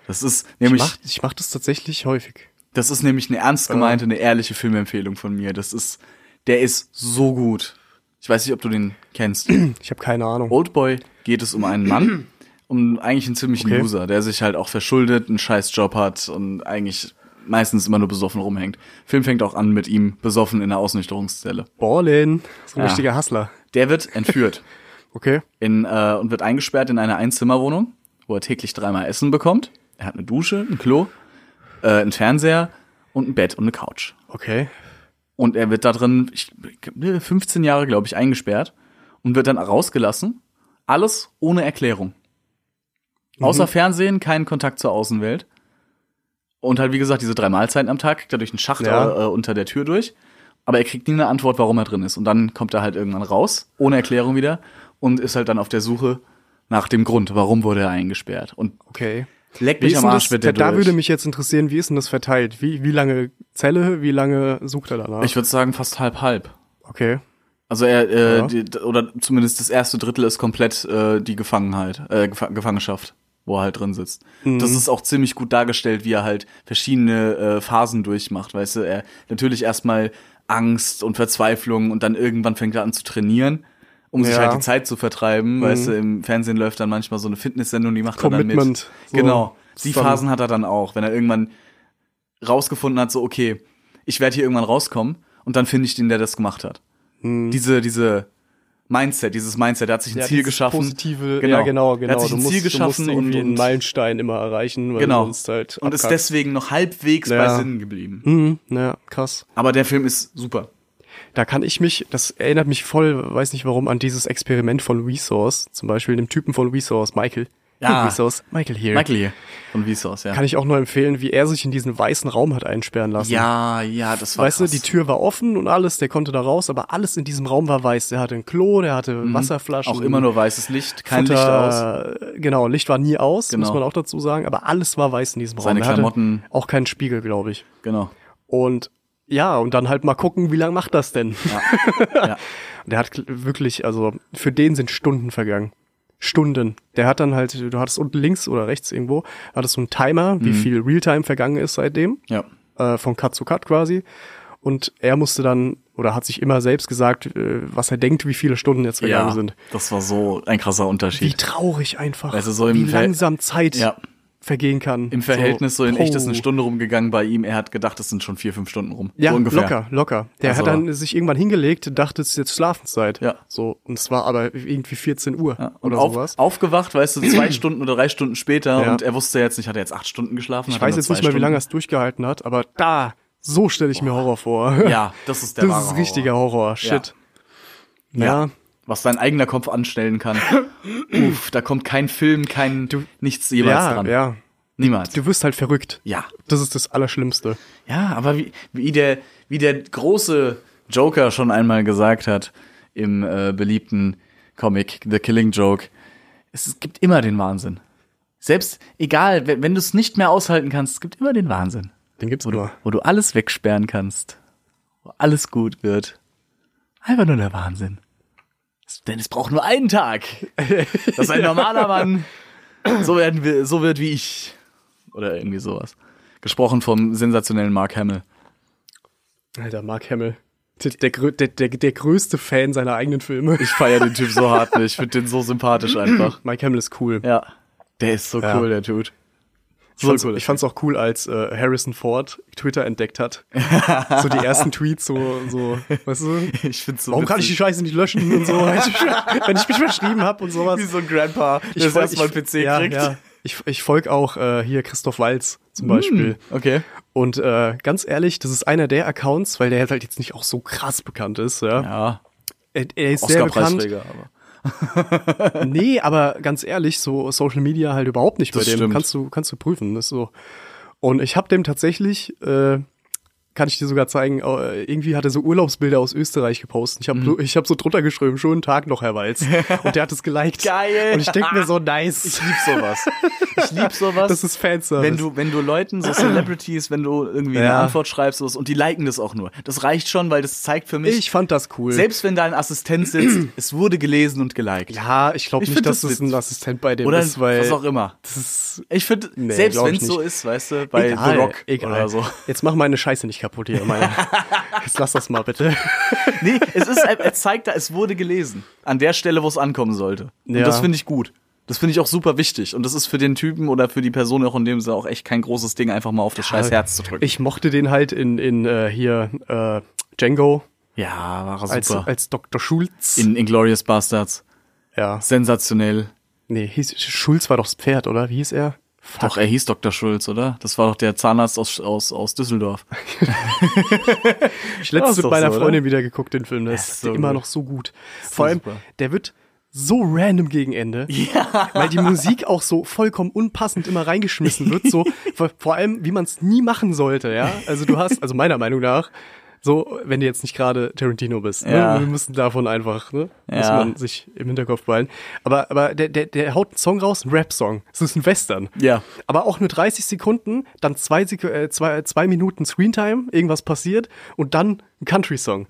Speaker 4: Das ist
Speaker 5: Ich
Speaker 4: nämlich,
Speaker 5: mach, ich mach das tatsächlich häufig.
Speaker 4: das ist nämlich eine ernst gemeinte, eine ehrliche Filmempfehlung von mir. Das ist, der ist so gut. Ich weiß nicht, ob du den kennst.
Speaker 5: Ich habe keine Ahnung.
Speaker 4: Oldboy geht es um einen Mann, um eigentlich einen ziemlichen
Speaker 5: Okay.
Speaker 4: Loser, der sich halt auch verschuldet, einen Scheißjob hat und eigentlich meistens immer nur besoffen rumhängt. Film fängt auch an mit ihm besoffen in der Ausnüchterungszelle.
Speaker 5: Ballin. So ein
Speaker 4: Ja.
Speaker 5: richtiger Hustler.
Speaker 4: Der wird entführt
Speaker 5: Okay.
Speaker 4: in, äh, und wird eingesperrt in eine Einzimmerwohnung, wo er täglich dreimal Essen bekommt. Er hat eine Dusche, ein Klo, äh, einen Fernseher und ein Bett und eine Couch.
Speaker 5: Okay.
Speaker 4: Und er wird da drin ich, 15 Jahre, glaube ich, eingesperrt und wird dann rausgelassen. Alles ohne Erklärung.
Speaker 5: Mhm.
Speaker 4: Außer Fernsehen, keinen Kontakt zur Außenwelt. Und halt, wie gesagt, diese drei Mahlzeiten am Tag, kriegt er durch einen Schacht
Speaker 5: Ja.
Speaker 4: äh, unter der Tür durch. Aber er kriegt nie eine Antwort, warum er drin ist. Und dann kommt er halt irgendwann raus, ohne Erklärung wieder, und ist halt dann auf der Suche nach dem Grund, warum wurde er eingesperrt. Und
Speaker 5: Okay.
Speaker 4: leck
Speaker 5: Wie
Speaker 4: mich
Speaker 5: ist
Speaker 4: am
Speaker 5: denn
Speaker 4: Arsch,
Speaker 5: das,
Speaker 4: wird
Speaker 5: da,
Speaker 4: der
Speaker 5: da
Speaker 4: durch.
Speaker 5: würde mich jetzt interessieren, wie ist denn das verteilt? Wie, wie lange Zelle, wie lange sucht er danach?
Speaker 4: Ich würde sagen, fast halb-halb.
Speaker 5: okay.
Speaker 4: Also er, äh,
Speaker 5: Ja.
Speaker 4: die, d- oder zumindest das erste Drittel ist komplett äh, die Gefangenheit, äh, Gefa Gefangenschaft, wo er halt drin sitzt.
Speaker 5: Mhm.
Speaker 4: Das ist auch ziemlich gut dargestellt, wie er halt verschiedene äh, Phasen durchmacht. Weißt du, er natürlich erstmal Angst und Verzweiflung und dann irgendwann fängt er an zu trainieren, um sich
Speaker 5: Ja. Mhm.
Speaker 4: halt die Zeit zu vertreiben. Weißt du, im Fernsehen läuft dann manchmal so eine Fitnesssendung, die macht er dann mit.
Speaker 5: Commitment, so
Speaker 4: genau. Die
Speaker 5: zusammen.
Speaker 4: Phasen hat er dann auch, wenn er irgendwann rausgefunden hat, so okay, ich werde hier irgendwann rauskommen und dann finde ich den, der das gemacht hat Mhm. diese, diese Mindset, dieses Mindset, der hat sich ein
Speaker 5: Ja,
Speaker 4: Ziel
Speaker 5: dieses
Speaker 4: geschaffen.
Speaker 5: Positive, ja, genau, genau.
Speaker 4: Der hat sich ein Ziel
Speaker 5: du musst
Speaker 4: geschaffen und,
Speaker 5: irgendwie einen
Speaker 4: und,
Speaker 5: Meilenstein immer erreichen, weil
Speaker 4: genau.
Speaker 5: sonst halt
Speaker 4: und ist
Speaker 5: abkackt.
Speaker 4: deswegen noch halbwegs
Speaker 5: Ja.
Speaker 4: bei Sinnen geblieben.
Speaker 5: Mhm, ja, krass.
Speaker 4: Aber der Film ist super.
Speaker 5: Da kann ich mich, das erinnert mich voll, weiß nicht warum, an dieses Experiment von Resource, zum Beispiel dem Typen von Resource, Michael.
Speaker 4: Ja.
Speaker 5: Resource, Michael hier.
Speaker 4: Michael hier von Vsauce, ja.
Speaker 5: Kann ich auch nur empfehlen, wie er sich in diesen weißen Raum hat einsperren lassen.
Speaker 4: ja, ja, das war
Speaker 5: Weißt du,
Speaker 4: krass.
Speaker 5: die Tür war offen und alles, der konnte da raus, aber alles in diesem Raum war weiß. Der hatte ein Klo, der hatte Wasserflaschen.
Speaker 4: auch immer nur weißes Licht, kein
Speaker 5: Futter,
Speaker 4: Licht aus.
Speaker 5: Genau, Licht war nie aus, muss
Speaker 4: Genau.
Speaker 5: man auch dazu sagen, aber alles war weiß in diesem Raum.
Speaker 4: Seine
Speaker 5: Der hatte
Speaker 4: Klamotten.
Speaker 5: Auch keinen Spiegel, glaube ich.
Speaker 4: Genau.
Speaker 5: Und ja, und dann halt mal gucken, wie lange macht das denn?
Speaker 4: Ja.
Speaker 5: Der hat kl- wirklich, also für den sind Stunden vergangen. Stunden. Der hat dann halt, du hattest unten links oder rechts irgendwo, hattest so einen Timer,
Speaker 4: Mhm.
Speaker 5: wie viel Realtime vergangen ist seitdem,
Speaker 4: ja.
Speaker 5: äh, von Cut zu Cut quasi. Und er musste dann, oder hat sich immer selbst gesagt, äh, was er denkt, wie viele Stunden jetzt vergangen
Speaker 4: Ja,
Speaker 5: sind.
Speaker 4: das war so ein krasser
Speaker 5: Wie
Speaker 4: Unterschied.
Speaker 5: traurig einfach,
Speaker 4: Also so im
Speaker 5: wie
Speaker 4: Verhält-
Speaker 5: langsam Zeit
Speaker 4: Ja.
Speaker 5: vergehen kann.
Speaker 4: Im Verhältnis so, in echt ist
Speaker 5: puh.
Speaker 4: eine Stunde rumgegangen bei ihm. Er hat gedacht, es sind schon vier, fünf Stunden rum.
Speaker 5: Oh. Ja,
Speaker 4: so ungefähr.
Speaker 5: locker, locker. Der
Speaker 4: Also-
Speaker 5: hat dann sich irgendwann hingelegt, dachte, es ist jetzt Schlafenszeit.
Speaker 4: Ja.
Speaker 5: So, und es war aber irgendwie 14 Uhr
Speaker 4: Ja, und
Speaker 5: oder
Speaker 4: auf,
Speaker 5: sowas.
Speaker 4: aufgewacht, weißt du, zwei Stunden oder drei Stunden später
Speaker 5: Ja.
Speaker 4: und er wusste jetzt nicht, hat er jetzt acht Stunden geschlafen?
Speaker 5: Ich weiß jetzt nicht mehr, wie lange er es durchgehalten hat, aber da, so stelle ich mir Horror vor.
Speaker 4: Ja, das ist der
Speaker 5: das
Speaker 4: wahre
Speaker 5: ist richtiger Horror. Shit. Ja.
Speaker 4: Ja. Was dein eigener Kopf anstellen kann. Uff, da kommt kein Film, kein nichts
Speaker 5: Ja,
Speaker 4: jeweils
Speaker 5: ja,
Speaker 4: dran. Niemals.
Speaker 5: Du wirst halt verrückt.
Speaker 4: Ja.
Speaker 5: Das ist das Allerschlimmste.
Speaker 4: Ja, aber wie, wie, der, wie der große Joker schon einmal gesagt hat im äh, beliebten Comic The Killing Joke, es gibt immer den Wahnsinn. Selbst egal, wenn wenn du es nicht mehr aushalten kannst, es gibt immer den Wahnsinn.
Speaker 5: Den gibt's nur.
Speaker 4: wo du alles wegsperren kannst, wo alles gut wird. Einfach nur der Wahnsinn. Es- Denn es braucht nur einen Tag, dass ein normaler Mann so, werden will, so wird wie ich. Oder irgendwie sowas. Gesprochen vom sensationellen Mark Hamill.
Speaker 5: Alter, Mark Hamill. Der, der, grö- der, der, der größte Fan seiner eigenen Filme.
Speaker 4: Ich feiere den Typ so hart, ne? ich finde den so sympathisch einfach.
Speaker 5: Mark Hamill ist cool.
Speaker 4: Ja. Der ist so
Speaker 5: Ja.
Speaker 4: cool, der Dude.
Speaker 5: Ich fand's,
Speaker 4: cool, das
Speaker 5: ich fand's auch cool, als äh, Harrison Ford Twitter entdeckt hat. so die ersten Tweets, so, so weißt du?
Speaker 4: Ich find's so
Speaker 5: Warum kann ich die
Speaker 4: witzig.
Speaker 5: Scheiße nicht löschen und so, wenn ich, wenn ich mich verschrieben habe und sowas.
Speaker 4: Wie so ein Grandpa, der das
Speaker 5: folg-
Speaker 4: erstmal einen PC
Speaker 5: ja,
Speaker 4: kriegt.
Speaker 5: Ja. Ich, ich folge auch äh, hier Christoph Walz zum Beispiel.
Speaker 4: Okay.
Speaker 5: Und äh, ganz ehrlich, das ist einer der Accounts, weil der halt jetzt nicht auch so krass bekannt ist, ja.
Speaker 4: Ja.
Speaker 5: Er, er ist sehr bekannt.
Speaker 4: Oscar-Preisträger, aber.
Speaker 5: Nee, aber ganz ehrlich, so Social Media halt überhaupt nicht
Speaker 4: Das
Speaker 5: bei dem.
Speaker 4: stimmt.
Speaker 5: Kannst du, kannst du prüfen. Das ist so. Und ich habe dem tatsächlich, äh, kann ich dir sogar zeigen, äh, irgendwie hat er so Urlaubsbilder aus Österreich gepostet. Ich habe so, ich hab so drunter geschrieben, schönen Tag noch, Herr Walz. Und der hat es geliked.
Speaker 4: Geil. Ah.
Speaker 5: Und ich denke mir so, nice.
Speaker 4: Ich lieb sowas. Ich lieb sowas.
Speaker 5: Das ist Fanservice.
Speaker 4: wenn du, wenn du Leuten, so Celebrities, wenn du irgendwie eine
Speaker 5: Ja.
Speaker 4: Antwort schreibst sowas, und die liken das auch nur. Das reicht schon, weil das zeigt für mich,
Speaker 5: ich fand das cool.
Speaker 4: selbst wenn dein Assistent sitzt, es wurde gelesen und geliked.
Speaker 5: ja, ich glaube
Speaker 4: Ich
Speaker 5: nicht,
Speaker 4: find
Speaker 5: dass
Speaker 4: das
Speaker 5: das, ein
Speaker 4: witzig.
Speaker 5: Assistent bei dem
Speaker 4: Oder
Speaker 5: ist, weil
Speaker 4: was auch immer.
Speaker 5: das ist
Speaker 4: Ich finde,
Speaker 5: Nee,
Speaker 4: selbst
Speaker 5: glaub ich
Speaker 4: wenn es so
Speaker 5: nicht.
Speaker 4: ist, weißt du, bei
Speaker 5: egal,
Speaker 4: The Rock
Speaker 5: egal.
Speaker 4: oder so.
Speaker 5: Jetzt mach meine Scheiße nicht kaputt hier. Meine. Jetzt lass das mal bitte.
Speaker 4: Nee, es ist, er zeigt da, es wurde gelesen. An der Stelle, wo es ankommen sollte. Und
Speaker 5: Ja.
Speaker 4: das finde ich gut. Das finde ich auch super wichtig. Und das ist für den Typen oder für die Person auch in dem Sinne auch echt kein großes Ding, einfach mal auf das scheiß Herz zu drücken.
Speaker 5: Ah, Ich mochte den halt in, in äh, hier äh, Django
Speaker 4: ja, war er
Speaker 5: als,
Speaker 4: super.
Speaker 5: als Dr. Schulz.
Speaker 4: in Inglorious Bastards.
Speaker 5: ja.
Speaker 4: Sensationell.
Speaker 5: Nee, hieß, Schulz war doch das Pferd, oder? Wie hieß er?
Speaker 4: Doch, er hieß Dr. Schulz, oder? Das war doch der Zahnarzt aus, aus, aus Düsseldorf.
Speaker 5: Ich
Speaker 4: Ist
Speaker 5: letztens
Speaker 4: doch
Speaker 5: mit meiner
Speaker 4: so, oder?
Speaker 5: Freundin wieder geguckt, den Film. Der ist,
Speaker 4: ist so
Speaker 5: immer
Speaker 4: gut.
Speaker 5: noch so gut.
Speaker 4: so
Speaker 5: Vor allem,
Speaker 4: super.
Speaker 5: der wird so random gegen Ende, weil die Musik auch so vollkommen unpassend immer reingeschmissen wird. So, vor, vor allem, wie man es nie machen sollte, ja. Also du hast, also meiner Meinung nach, so, wenn du jetzt nicht gerade Tarantino bist,
Speaker 4: Ja.
Speaker 5: ne? wir müssen davon einfach, ne? muss
Speaker 4: Ja.
Speaker 5: man sich im Hinterkopf behalten. Aber, aber der, der, der haut einen Song raus, einen Rap-Song. Es ist ein Western.
Speaker 4: Ja.
Speaker 5: Aber auch nur 30 Sekunden, dann zwei, Sek äh, zwei, zwei Minuten Screentime, irgendwas passiert und dann ein Country-Song.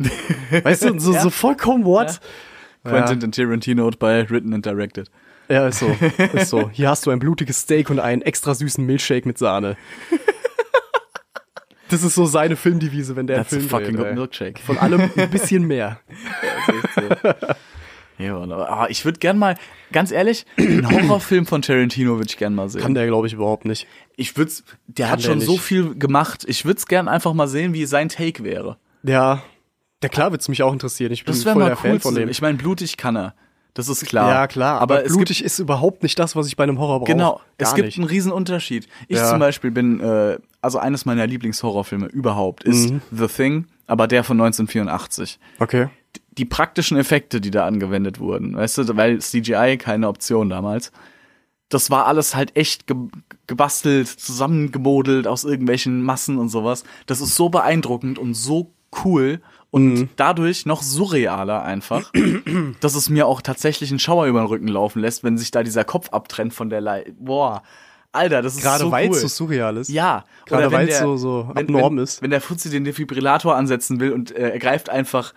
Speaker 5: weißt du, so, so vollkommen what?
Speaker 4: Quentin and Tarantino bei Written and Directed.
Speaker 5: Ja. ja, ist so. Ist so. Hier hast du ein blutiges Steak und einen extra süßen Milkshake mit Sahne. Das ist so seine Filmdevise, wenn der
Speaker 4: That's a
Speaker 5: einen Film
Speaker 4: fucking good
Speaker 5: dreht, ey.
Speaker 4: milkshake.
Speaker 5: Von allem ein bisschen mehr.
Speaker 4: Ja, Mann, aber ah, ich würde gern mal, ganz ehrlich, einen Horrorfilm von Tarantino würde ich gern mal sehen.
Speaker 5: Kann der, glaube ich, überhaupt nicht.
Speaker 4: ich würd's, der hat
Speaker 5: der
Speaker 4: schon so
Speaker 5: nicht.
Speaker 4: viel gemacht. Ich würd's gern einfach mal sehen, wie sein Take wäre.
Speaker 5: Ja. Ja, klar wird's mich auch interessieren. Ich bin
Speaker 4: Das
Speaker 5: voll
Speaker 4: wäre mal
Speaker 5: der
Speaker 4: cool.
Speaker 5: Fan
Speaker 4: Zu
Speaker 5: von dem.
Speaker 4: sehen. Ich meine, blutig kann er. Das ist klar.
Speaker 5: ja, klar. Aber,
Speaker 4: Aber, es gibt,
Speaker 5: blutig ist überhaupt nicht das, was ich bei einem Horror brauche.
Speaker 4: genau,
Speaker 5: Gar
Speaker 4: es gibt
Speaker 5: nicht.
Speaker 4: einen riesen Unterschied. Ich
Speaker 5: Ja.
Speaker 4: zum Beispiel bin, äh, also eines meiner Lieblingshorrorfilme überhaupt ist
Speaker 5: Mhm.
Speaker 4: The Thing, aber der von 1984.
Speaker 5: Okay.
Speaker 4: die praktischen Effekte, die da angewendet wurden, weißt du, weil CGI keine Option damals. Das war alles halt echt ge gebastelt, zusammengemodelt aus irgendwelchen Massen und sowas. Das ist so beeindruckend und so cool und
Speaker 5: Mhm.
Speaker 4: dadurch noch surrealer einfach, dass es mir auch tatsächlich einen Schauer über den Rücken laufen lässt, wenn sich da dieser Kopf abtrennt von der Lei. Boah, Alter, das ist
Speaker 5: Gerade
Speaker 4: so
Speaker 5: weil es
Speaker 4: cool.
Speaker 5: so surreal ist.
Speaker 4: Ja,
Speaker 5: Gerade
Speaker 4: Oder wenn
Speaker 5: weil's
Speaker 4: der-
Speaker 5: so- so
Speaker 4: wenn,
Speaker 5: abnorm
Speaker 4: wenn,
Speaker 5: ist.
Speaker 4: Wenn der Fuzzi den Defibrillator ansetzen will und äh, er greift einfach,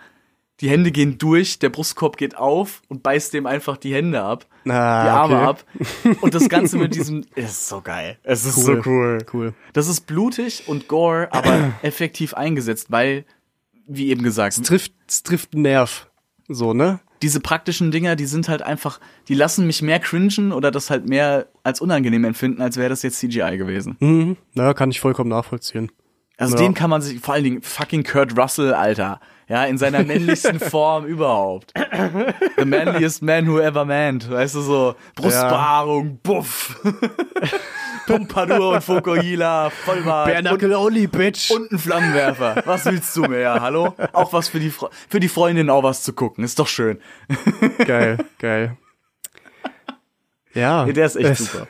Speaker 4: die Hände gehen durch, der Brustkorb geht auf und beißt dem einfach die Hände ab,
Speaker 5: Ah,
Speaker 4: die Arme
Speaker 5: okay.
Speaker 4: ab. Und das Ganze mit diesem, es ist so geil. Es ist so cool.
Speaker 5: Cool.
Speaker 4: Das ist blutig und gore, aber effektiv eingesetzt, weil, wie eben gesagt,
Speaker 5: Trifft, es trifft einen Nerv. So, ne?
Speaker 4: diese praktischen Dinger, die sind halt einfach, die lassen mich mehr cringen oder das halt mehr als unangenehm empfinden, als wäre das jetzt CGI gewesen.
Speaker 5: Mhm. Na, kann ich vollkommen nachvollziehen.
Speaker 4: Also
Speaker 5: Ja.
Speaker 4: den kann man sich, vor allen Dingen fucking Kurt Russell, Alter. Ja, in seiner männlichsten Form überhaupt. The manliest man who ever manned. Weißt du, so Brustbehaarung, Buff. Pompadour und Fokohila, Vollbart. Und,
Speaker 5: only, bitch.
Speaker 4: und ein Flammenwerfer. Was willst du mehr, hallo? Auch was für die, Fre- für die Freundin auch was zu gucken. Ist doch schön.
Speaker 5: geil, geil. Ja.
Speaker 4: Nee, der ist echt
Speaker 5: es-
Speaker 4: super.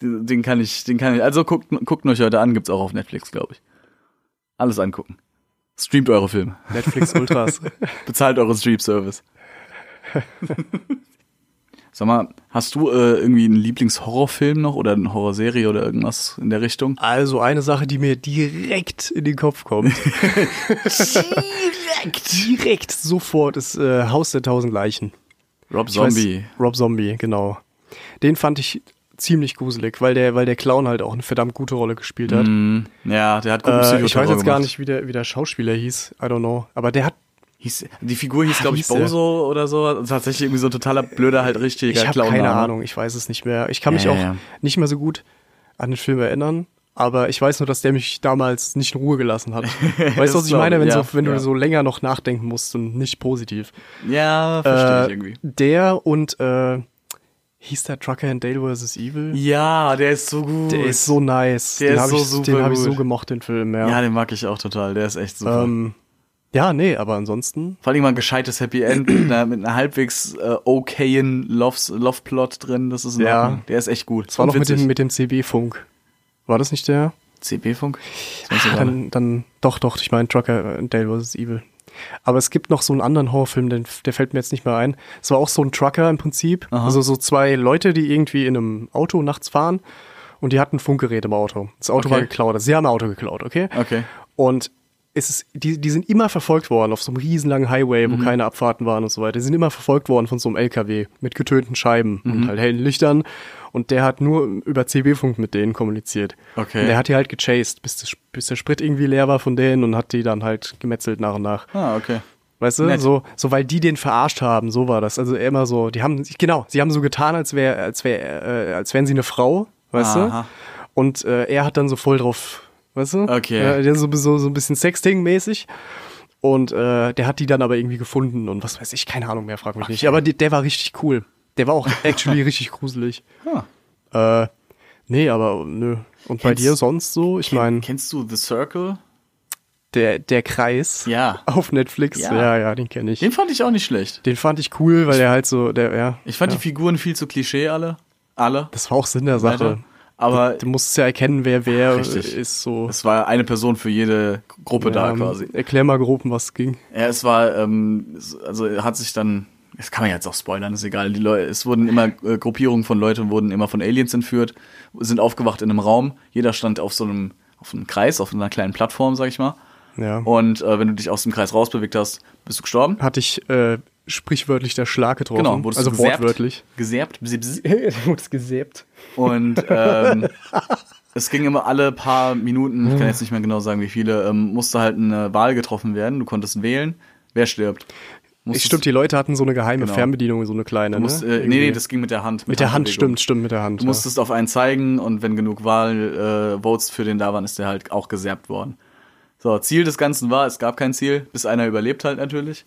Speaker 4: Den den kann ich, den kann ich. Also guckt, guckt ihn euch heute an, gibt's auch auf Netflix, glaube ich. Alles angucken. Streamt eure Filme.
Speaker 5: Netflix Ultras.
Speaker 4: Bezahlt euren Stream-Service. Sag mal, hast du äh, irgendwie einen Lieblingshorrorfilm noch oder eine Horrorserie oder irgendwas in der Richtung?
Speaker 5: also eine Sache, die mir direkt in den Kopf kommt. direkt. Direkt sofort ist äh, Haus der tausend Leichen.
Speaker 4: Rob
Speaker 5: Ich weiß-
Speaker 4: Zombie.
Speaker 5: Rob Zombie, genau. Den fand ich ziemlich gruselig, weil der, weil der Clown halt auch eine verdammt gute Rolle gespielt hat.
Speaker 4: Hm, ja, der hat gute
Speaker 5: Äh,
Speaker 4: Psychoterror
Speaker 5: ich weiß jetzt gar
Speaker 4: gemacht.
Speaker 5: nicht, wie der, wie der Schauspieler hieß. I don't know. Aber der hat.
Speaker 4: Hieß, die Figur hieß, glaube ich,
Speaker 5: hieß der?
Speaker 4: Bozo oder so. Also Tatsächlich irgendwie so ein totaler blöder, halt richtiger
Speaker 5: Ich habe
Speaker 4: Clown.
Speaker 5: keine Ahnung. Ich weiß es nicht mehr. Ich kann mich
Speaker 4: Ja,
Speaker 5: auch
Speaker 4: ja, ja.
Speaker 5: nicht mehr so gut an den Film erinnern, aber ich weiß nur, dass der mich damals nicht in Ruhe gelassen hat. weißt du, was ich
Speaker 4: glaub
Speaker 5: meine, wenn,
Speaker 4: ich, ja,
Speaker 5: so, wenn
Speaker 4: ja.
Speaker 5: du so länger noch nachdenken musst und nicht positiv.
Speaker 4: Ja, verstehe ich
Speaker 5: Äh,
Speaker 4: irgendwie.
Speaker 5: Der und äh, hieß der Trucker and Dale vs. Evil?
Speaker 4: Ja, der ist so gut.
Speaker 5: Der ist so nice.
Speaker 4: Der
Speaker 5: den
Speaker 4: ist
Speaker 5: hab
Speaker 4: so
Speaker 5: ich,
Speaker 4: super
Speaker 5: Den habe ich so
Speaker 4: gut.
Speaker 5: gemocht, den Film, ja.
Speaker 4: Ja,
Speaker 5: Ja,
Speaker 4: den mag ich auch total. Der ist echt super.
Speaker 5: ähm, ja nee, aber ansonsten.
Speaker 4: Vor allem mal ein gescheites Happy End mit einer, mit einer halbwegs äh, okayen Loves, Love-Plot drin. Das ist in
Speaker 5: Ja.
Speaker 4: Ordnung. Der ist echt gut.
Speaker 5: Das war noch mit dem, mit dem CB-Funk. War das nicht der?
Speaker 4: CB-Funk?
Speaker 5: Ah, Dann, dann, doch, doch, ich meine Trucker and Dale vs. Evil. Aber es gibt noch so einen anderen Horrorfilm, den, der fällt mir jetzt nicht mehr ein. Es war auch so ein Trucker im Prinzip.
Speaker 4: Aha.
Speaker 5: Also so zwei Leute, die irgendwie in einem Auto nachts fahren und die hatten ein Funkgerät im Auto. Das Auto
Speaker 4: Okay.
Speaker 5: war geklaut. Also Sie haben ein Auto geklaut, okay?
Speaker 4: Okay.
Speaker 5: Und es ist, die, die sind immer verfolgt worden auf so einem riesenlangen Highway,
Speaker 4: Mhm.
Speaker 5: wo keine Abfahrten waren und so weiter. Die sind immer verfolgt worden von so einem LKW mit getönten Scheiben
Speaker 4: Mhm.
Speaker 5: und halt hellen Lichtern. Und der hat nur über CB-Funk mit denen kommuniziert.
Speaker 4: Okay.
Speaker 5: Und der hat die halt gechased, bis, das, bis der Sprit irgendwie leer war von denen und hat die dann halt gemetzelt nach und nach.
Speaker 4: Ah, okay.
Speaker 5: Weißt du,
Speaker 4: Nett.
Speaker 5: so, so weil die den verarscht haben, so war das. Also immer so, die haben genau, sie haben so getan, als wäre als wäre äh, als wären sie eine Frau, weißt
Speaker 4: Aha.
Speaker 5: du? Und äh, er hat dann so voll drauf, weißt du?
Speaker 4: Okay.
Speaker 5: Ja, der so so so ein bisschen Sexting mäßig. Und äh, der hat die dann aber irgendwie gefunden und was weiß ich, keine Ahnung mehr, frag mich nicht. Aber die, der war richtig cool. Der war auch actually richtig gruselig.
Speaker 4: Ah.
Speaker 5: Äh, nee, aber nö. Und bei
Speaker 4: Kennst-
Speaker 5: dir sonst so? Ich meine,
Speaker 4: Kennst du The Circle?
Speaker 5: der, der Kreis
Speaker 4: Ja.
Speaker 5: auf Netflix,
Speaker 4: Ja.
Speaker 5: ja, ja, den kenne ich.
Speaker 4: Den fand ich auch nicht schlecht.
Speaker 5: Den fand ich cool, weil er halt so, der, ja.
Speaker 4: Ich fand
Speaker 5: ja.
Speaker 4: die Figuren viel zu Klischee alle. Alle.
Speaker 5: Das war auch Sinn der
Speaker 4: Alter.
Speaker 5: Sache.
Speaker 4: Aber
Speaker 5: Du musstest ja erkennen, wer wer
Speaker 4: Richtig.
Speaker 5: ist so.
Speaker 4: es war eine Person für jede Gruppe da
Speaker 5: ähm,
Speaker 4: quasi.
Speaker 5: Erklär mal grob, um was es ging.
Speaker 4: Ja, es war, ähm, es- also er hat sich dann, das kann man jetzt auch spoilern, ist egal. Die Leute, es wurden immer äh, Gruppierungen von Leuten wurden immer von Aliens entführt, sind aufgewacht in einem Raum. Jeder stand auf so einem, auf einem Kreis, auf einer kleinen Plattform, sag ich mal.
Speaker 5: Ja.
Speaker 4: Und äh, wenn du dich aus dem Kreis rausbewegt hast, bist du gestorben.
Speaker 5: Hatte ich äh, sprichwörtlich der Schlag getroffen.
Speaker 4: Genau, wurdest
Speaker 5: also
Speaker 4: du gesäbt,
Speaker 5: wortwörtlich.
Speaker 4: Gesäbt, bzz, bzz.
Speaker 5: Wurde gesäbt.
Speaker 4: Und ähm, es ging immer alle paar Minuten, ich kann jetzt nicht mehr genau sagen, wie viele, ähm, musste halt eine Wahl getroffen werden. Du konntest wählen, wer stirbt. Musstest-
Speaker 5: Stimmt, die Leute hatten so eine geheime
Speaker 4: Genau.
Speaker 5: Fernbedienung, so eine kleine.
Speaker 4: du musst,
Speaker 5: ne?
Speaker 4: äh, nee,
Speaker 5: Irgendwie.
Speaker 4: nee, das ging mit der Hand.
Speaker 5: mit der Hand,
Speaker 4: Handbewegung.
Speaker 5: stimmt, stimmt, mit der Hand.
Speaker 4: Du musstest auf einen zeigen und wenn genug Wahl, äh, Votes für den da waren, ist der halt auch geserbt worden. So, Ziel des Ganzen war, es gab kein Ziel, bis einer überlebt halt natürlich.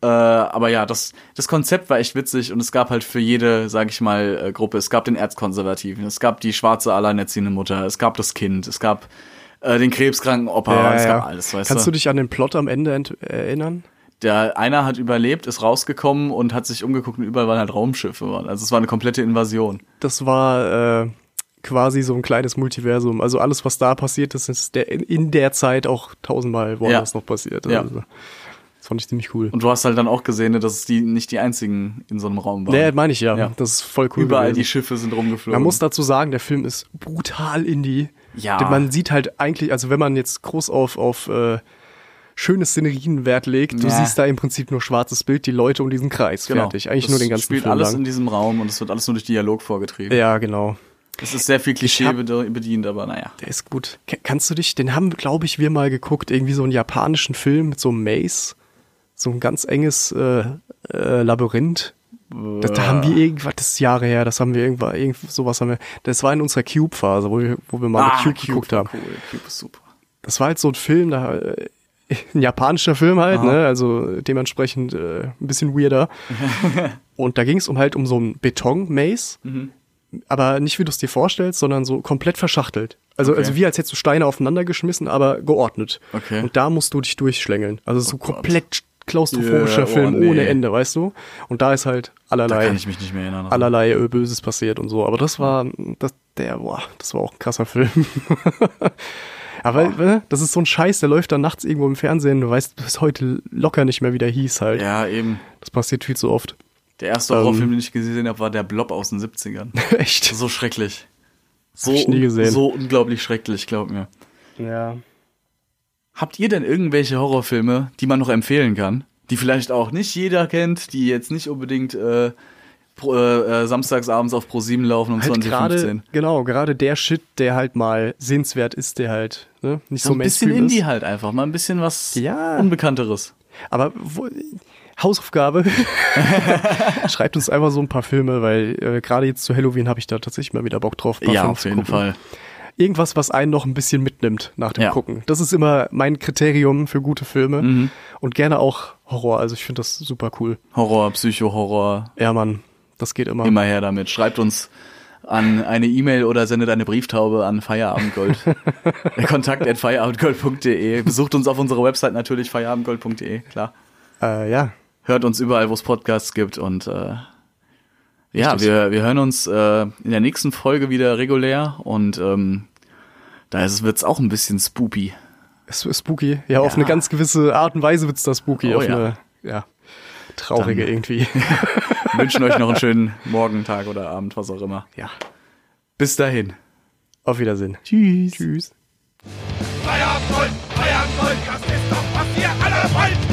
Speaker 4: Äh, aber ja, das, das Konzept war echt witzig und es gab halt für jede, sag ich mal, äh, Gruppe, es gab den Erzkonservativen, es gab die schwarze alleinerziehende Mutter, es gab das Kind, es gab äh, den krebskranken Opa,
Speaker 5: ja. Ja,
Speaker 4: ah, es
Speaker 5: ja.
Speaker 4: gab alles, weißt
Speaker 5: Kannst
Speaker 4: du?
Speaker 5: du dich an den Plot am Ende ent- erinnern?
Speaker 4: der einer hat überlebt, ist rausgekommen und hat sich umgeguckt und überall waren halt Raumschiffe. waren. Also es war eine komplette Invasion.
Speaker 5: das war äh, quasi so ein kleines Multiversum. Also alles, was da passiert ist, ist der, in der Zeit auch tausendmal woanders
Speaker 4: Ja.
Speaker 5: noch passiert.
Speaker 4: Ja.
Speaker 5: Also, das fand ich ziemlich cool.
Speaker 4: Und du hast halt dann auch gesehen, ne, dass es die nicht die einzigen in so einem Raum waren.
Speaker 5: Nee, meine ich ja.
Speaker 4: Ja.
Speaker 5: Das ist voll cool.
Speaker 4: Überall
Speaker 5: gewesen.
Speaker 4: die Schiffe sind rumgeflogen.
Speaker 5: Man muss dazu sagen, der Film ist brutal Indie.
Speaker 4: Ja.
Speaker 5: Denn Man sieht halt eigentlich, also wenn man jetzt groß auf, auf äh, schöne Szenerien Wert legt, du
Speaker 4: Ja. Genau.
Speaker 5: siehst da im Prinzip nur schwarzes Bild, die Leute um diesen Kreis. Fertig. Eigentlich
Speaker 4: Das
Speaker 5: nur den ganzen
Speaker 4: spielt
Speaker 5: Film
Speaker 4: alles
Speaker 5: lang.
Speaker 4: in diesem Raum und es wird alles nur durch Dialog vorgetrieben.
Speaker 5: ja, genau.
Speaker 4: Es ist sehr viel Klischee
Speaker 5: hab-
Speaker 4: bede- bedient, aber naja.
Speaker 5: Der ist gut. Ke- Kannst du dich, den haben, glaube ich, wir mal geguckt, irgendwie so einen japanischen Film mit so einem Maze, so ein ganz enges äh, äh, Labyrinth. Das, da haben wir irgendwas, das ist Jahre her, das haben wir irgendwann, irgend sowas haben wir. Das war in unserer Cube-Phase, wo wir, wo wir mal mit Cube, geguckt
Speaker 4: Ah, war
Speaker 5: haben.
Speaker 4: Cool. Cube ist super.
Speaker 5: Das war halt so ein Film, da, äh, ein japanischer Film halt,
Speaker 4: Aha.
Speaker 5: ne? also dementsprechend äh, ein bisschen weirder. Und da ging es um halt um so ein Beton-Maze,
Speaker 4: Mhm.
Speaker 5: aber nicht wie du es dir vorstellst, sondern so komplett verschachtelt. Also,
Speaker 4: Okay.
Speaker 5: also wie als hättest du Steine aufeinander geschmissen, aber geordnet.
Speaker 4: Okay.
Speaker 5: Und da musst du dich durchschlängeln. Also so komplett klaustrophobischer
Speaker 4: Yeah, oh
Speaker 5: Film
Speaker 4: nee.
Speaker 5: ohne Ende, weißt du? Und da ist halt
Speaker 4: Da
Speaker 5: allerlei
Speaker 4: kann ich mich nicht mehr erinnern.
Speaker 5: allerlei äh, Böses passiert und so. Aber das war, das, der, boah, das war auch ein krasser Film. Aber äh, das ist so ein Scheiß, der läuft dann nachts irgendwo im Fernsehen. Du weißt bis heute locker nicht mehr, wie der hieß halt.
Speaker 4: Ja, eben.
Speaker 5: Das passiert viel zu oft.
Speaker 4: Der
Speaker 5: Ähm.
Speaker 4: erste Horrorfilm, den ich gesehen habe, war der Blob aus den 70ern.
Speaker 5: Echt?
Speaker 4: so schrecklich. So,
Speaker 5: hab ich nie
Speaker 4: un-
Speaker 5: gesehen.
Speaker 4: so unglaublich schrecklich, glaub mir.
Speaker 5: Ja.
Speaker 4: Habt ihr denn irgendwelche Horrorfilme, die man noch empfehlen kann, die vielleicht auch nicht jeder kennt, die jetzt nicht unbedingt äh, pro, äh, äh, samstagsabends auf Pro7 laufen um
Speaker 5: Halt
Speaker 4: 20.15
Speaker 5: gerade,
Speaker 4: Uhr?
Speaker 5: genau, gerade der Shit, der halt mal sehenswert ist, der halt ne, nicht so,
Speaker 4: So ein bisschen
Speaker 5: Mainstream
Speaker 4: Indie
Speaker 5: ist.
Speaker 4: halt einfach, mal ein bisschen was
Speaker 5: Ja.
Speaker 4: Unbekannteres.
Speaker 5: Aber wo, Hausaufgabe. Schreibt uns einfach so ein paar Filme, weil äh, gerade jetzt zu Halloween habe ich da tatsächlich mal wieder Bock drauf. ein paar
Speaker 4: Ja,
Speaker 5: Filme
Speaker 4: auf
Speaker 5: zu
Speaker 4: jeden
Speaker 5: gucken.
Speaker 4: Fall.
Speaker 5: Irgendwas, was einen noch ein bisschen mitnimmt nach dem
Speaker 4: Ja. Mhm.
Speaker 5: Gucken. Das ist immer mein Kriterium für gute Filme. Und gerne auch Horror. Also ich finde das super cool.
Speaker 4: Horror, Psycho-Horror,
Speaker 5: Ja, Mann, das geht immer.
Speaker 4: immer her damit. Schreibt uns an eine E-Mail oder sendet eine Brieftaube an Feierabendgold. Kontakt at feierabendgold.de. Besucht uns auf unserer Website natürlich feierabendgold.de, klar.
Speaker 5: Äh, ja,
Speaker 4: Hört uns überall, wo es Podcasts gibt und äh, ja, wir, wir hören uns äh, in der nächsten Folge wieder regulär und ähm, da wird es auch ein bisschen spoopy.
Speaker 5: es ist spooky. Ja, auf eine ganz gewisse Art und Weise wird's da spooky.
Speaker 4: Oh,
Speaker 5: auf
Speaker 4: ja.
Speaker 5: eine, ja, traurige
Speaker 4: Dann-
Speaker 5: irgendwie.
Speaker 4: Wir wünschen euch noch einen schönen Morgen, Tag oder Abend, was auch immer.
Speaker 5: ja,
Speaker 4: Bis dahin.
Speaker 5: auf Wiedersehen.
Speaker 4: Tschüss.
Speaker 5: Tschüss.
Speaker 2: Feierabendgold, Feierabendgold, das ist doch, was wir alle wollen.